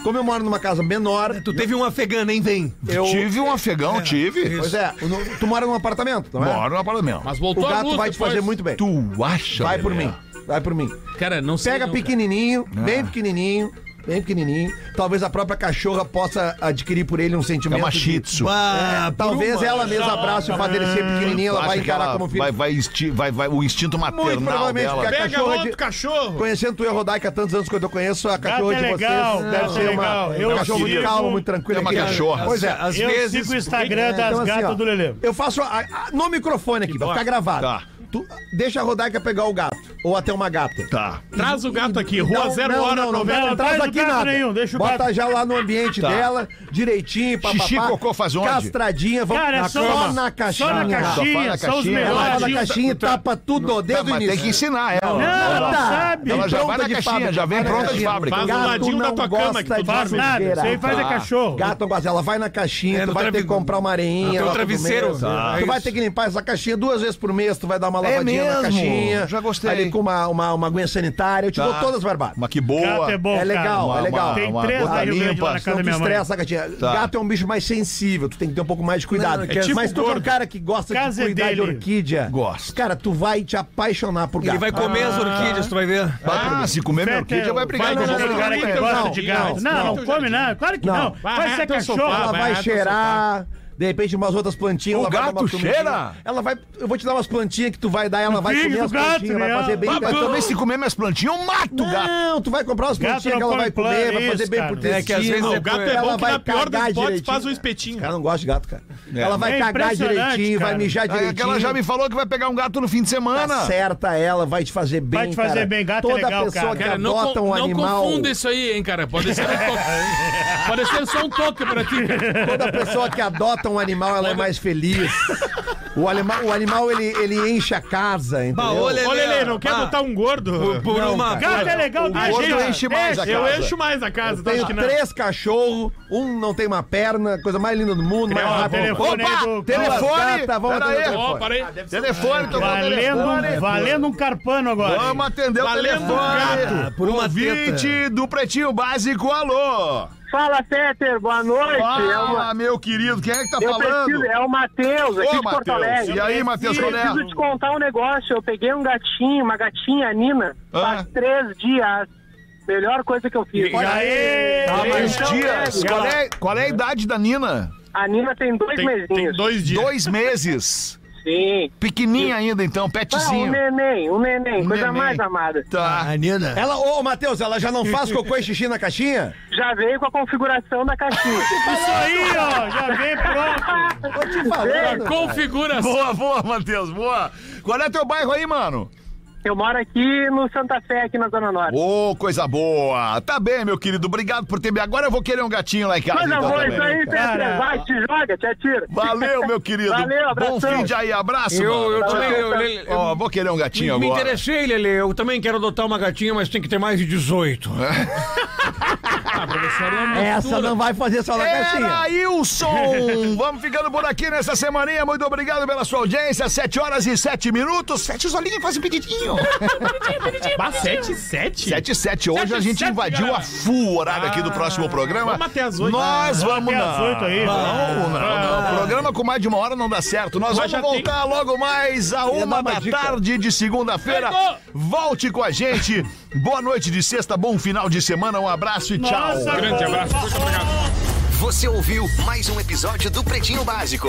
Como eu moro numa casa menor, Tu teve um afegano, hein? Vem. eu... Tive um afegão, tive. Pois é, eu não- tu mora num apartamento, não é? Moro no apartamento. Mas O voltou a gato luz vai te depois. fazer muito bem. tu acha, né? Vai por Lelê? mim. Vai por mim. Cara, não sei. Pega não, cara. pequenininho, Ah. bem pequenininho, bem pequenininho. Talvez a própria cachorra possa adquirir por ele um É sentimento. uma de- shih tzu. É, talvez ela mesma abraça e faz ele ser pequenininho, ela Tu vai acha que encarar ela como filho. Vai, vai, insti- vai, vai, o instinto Muito maternal provavelmente, dela. porque a Pega cachorra outro de... cachorro. Conhecendo tu e a Rodaica há tantos anos quanto eu conheço, a cachorra é de vocês legal, deve gato é ser uma, legal. um Eu cachorro muito sigo- calmo, muito tranquilo. É uma querido. cachorra. Pois é. Eu sigo o Instagram das Então, assim, gatas ó, do Lelê. Eu faço a- a- no microfone aqui, pra ficar gravado. Tá. Tu deixa a Rodaica pegar o gato, ou até uma gata. Tá. Traz o gato aqui, rua Não, 0 não, hora não, não, 90. não traz traz o aqui gato nada. nenhum, deixa o Bota gato. já lá no ambiente dela, direitinho, papapá. Xixi, cocô, faz onde? Castradinha, vamos Cara, é na só, cama. na caixinha. Só na Só caixinha, na são os caixinha. Ela vai na melhores. caixinha, tapa tudo, desde Tá, o mas início. tem que ensinar ela. Não, ela Tá. sabe. Ela já Pronta vai na de caixinha, fábrica. já vem Vai na pronta de caixinha. fábrica. Faz Gato do ladinho da não tua gosta cama que tu de Faz nada, sujeira. isso aí faz é Tá. cachorro. Gato não gosta, ela vai na caixinha, tu vai ter que comprar uma areinha. lá todo travesseiro. mês. Tá. Tu vai ter que limpar essa caixinha duas vezes por mês, tu vai dar uma lavadinha na mesmo? caixinha. Já gostei. Ali com uma, uma, uma aguinha sanitária, eu te dou todas as barbadas. Mas que Gato boa. é bom, É legal, cara. é legal. Tem Uma três gota da Rio Grande limpa, lá na casa Não da te minha mãe. estressa, gatinha. Gato é um bicho mais sensível, tu tem que ter um pouco mais de cuidado. Não, é tipo Mas tu é um gordo. cara que gosta Casa de é cuidar de dele. orquídea. Gosto. Cara, tu vai te apaixonar por gato. Ah, Ele vai comer as orquídeas, tu vai ver. Ah, se comer minha orquídea, vai brigar Vai com naquele você. cara que Não, gosta não, de gato. não, Não, não não. come nada. Claro que não. Não. Vai ser Barata, ela sofá, cachorro. vai, vai tá cheirar. De repente, umas outras O plantinhas. ela vai dar gato uma comidinha. cheira? Ela vai. Eu vou te dar umas plantinhas que tu vai dar, ela vai filho comer do as gato, plantinhas, vai né? fazer bem. Ah, pra- mas também se comer minhas plantinhas, eu mato o gato. Não, tu vai comprar umas Gato plantinhas não que ela come vai comer, plano, vai fazer isso, bem cara. pro É tecido. que às vezes Não, o gato é ela bom que vai na pior das cagar hipóteses direitinho. faz um Os espetinho. caras não gostam de gato, cara. Ela vai É cagar impressionante, direitinho, vai cara. mijar Aí direitinho. Aquela já me falou que vai pegar um gato no fim de semana. Acerta Tá ela, vai te fazer bem. Vai te fazer cara. bem, gato é Toda legal, pessoa cara. que Cara, não, adota con- um não animal. confunda isso aí, hein, cara. Pode ser um toque. Pode ser só um toque pra ti. Toda pessoa que adota um animal, ela é mais feliz. O animal, o animal ele, ele enche a casa, entendeu? Ô, Lelê, não quer Ah, botar um gordo? Por Não, uma. Gato é legal do gordo jeito. enche mais a Eu casa. encho mais a casa, tu acha Tenho que não? três cachorros, um não tem uma perna, coisa mais linda do mundo, mais Ó, rápido. telefone aí Opa, do- telefone! Gata, vamos Pera atender o aí. telefone. Ó, parei. Telefone, tocou o telefone. Valendo, valendo um carpano agora. Vamos atender o Valendo telefone. gato. Por uma teta. Ouvinte do Pretinho Básico, alô! Fala, Peter, boa noite. é Fala, uma... meu querido, quem é que tá Eu falando? preciso, é o Matheus, aqui Ô, de Porto Matheus, Alegre. e aí, Matheus, Eu qual é? preciso te contar um negócio. Eu peguei um gatinho, uma gatinha, a Nina, Ah. faz três dias. Melhor coisa que eu fiz. E aí? Três Então, Tá, dias. é, Qual é, qual é a idade da Nina? A Nina tem dois Tem, mesinhos. tem dois dias. Dois meses. Sim. Pequenininha ainda então, Ah, um petzinho. neném, um neném, Um coisa neném. mais amada. Tá. A Nina. Ela, ô Matheus, ela já não faz cocô e xixi na caixinha? Já veio com a configuração da caixinha. Isso aí, ó, já vem pronto. Tô te falando. Configuração. Boa, boa, Matheus, boa. Qual é teu bairro aí, mano? Eu moro aqui no Santa Fé, aqui na Zona Norte. Ô, coisa boa. Tá bem, meu querido. Obrigado por ter me. Agora eu vou querer um gatinho lá em casa. Coisa então, boa, também. isso aí, Cara. Pedro. Vai, te joga, te atira. Valeu, meu querido. Valeu, Bom abração. fim de aí, abraço. Eu, mano. eu Tchau. também. Eu, eu- tá Ó, vou querer um gatinho eu- me agora. interessei, Lele. Eu também quero adotar uma gatinha, mas tem que ter mais de 18. Essa não vai fazer só na caixinha. Era Ilson! Vamos ficando por aqui nessa semaninha. Muito obrigado pela sua audiência. 7 horas e 7 minutos. 7 solinhas, faz um pedidinho. Bah, 7, 7? 7 e 7. Hoje Sete a e gente sete, invadiu galera. a full o horário aqui do próximo programa. vamos até as oito. Nós vamos Até na... às oito aí. Não, não, não. Programa com mais de uma hora não dá certo. Nós Mas já vamos voltar logo mais a uma da tarde de segunda-feira. Feito! Volte com a gente. Boa noite de sexta, bom final de semana. Um abraço e tchau. Nossa, Grande boa. abraço. Muito obrigado. Você ouviu mais um episódio do Pretinho Básico.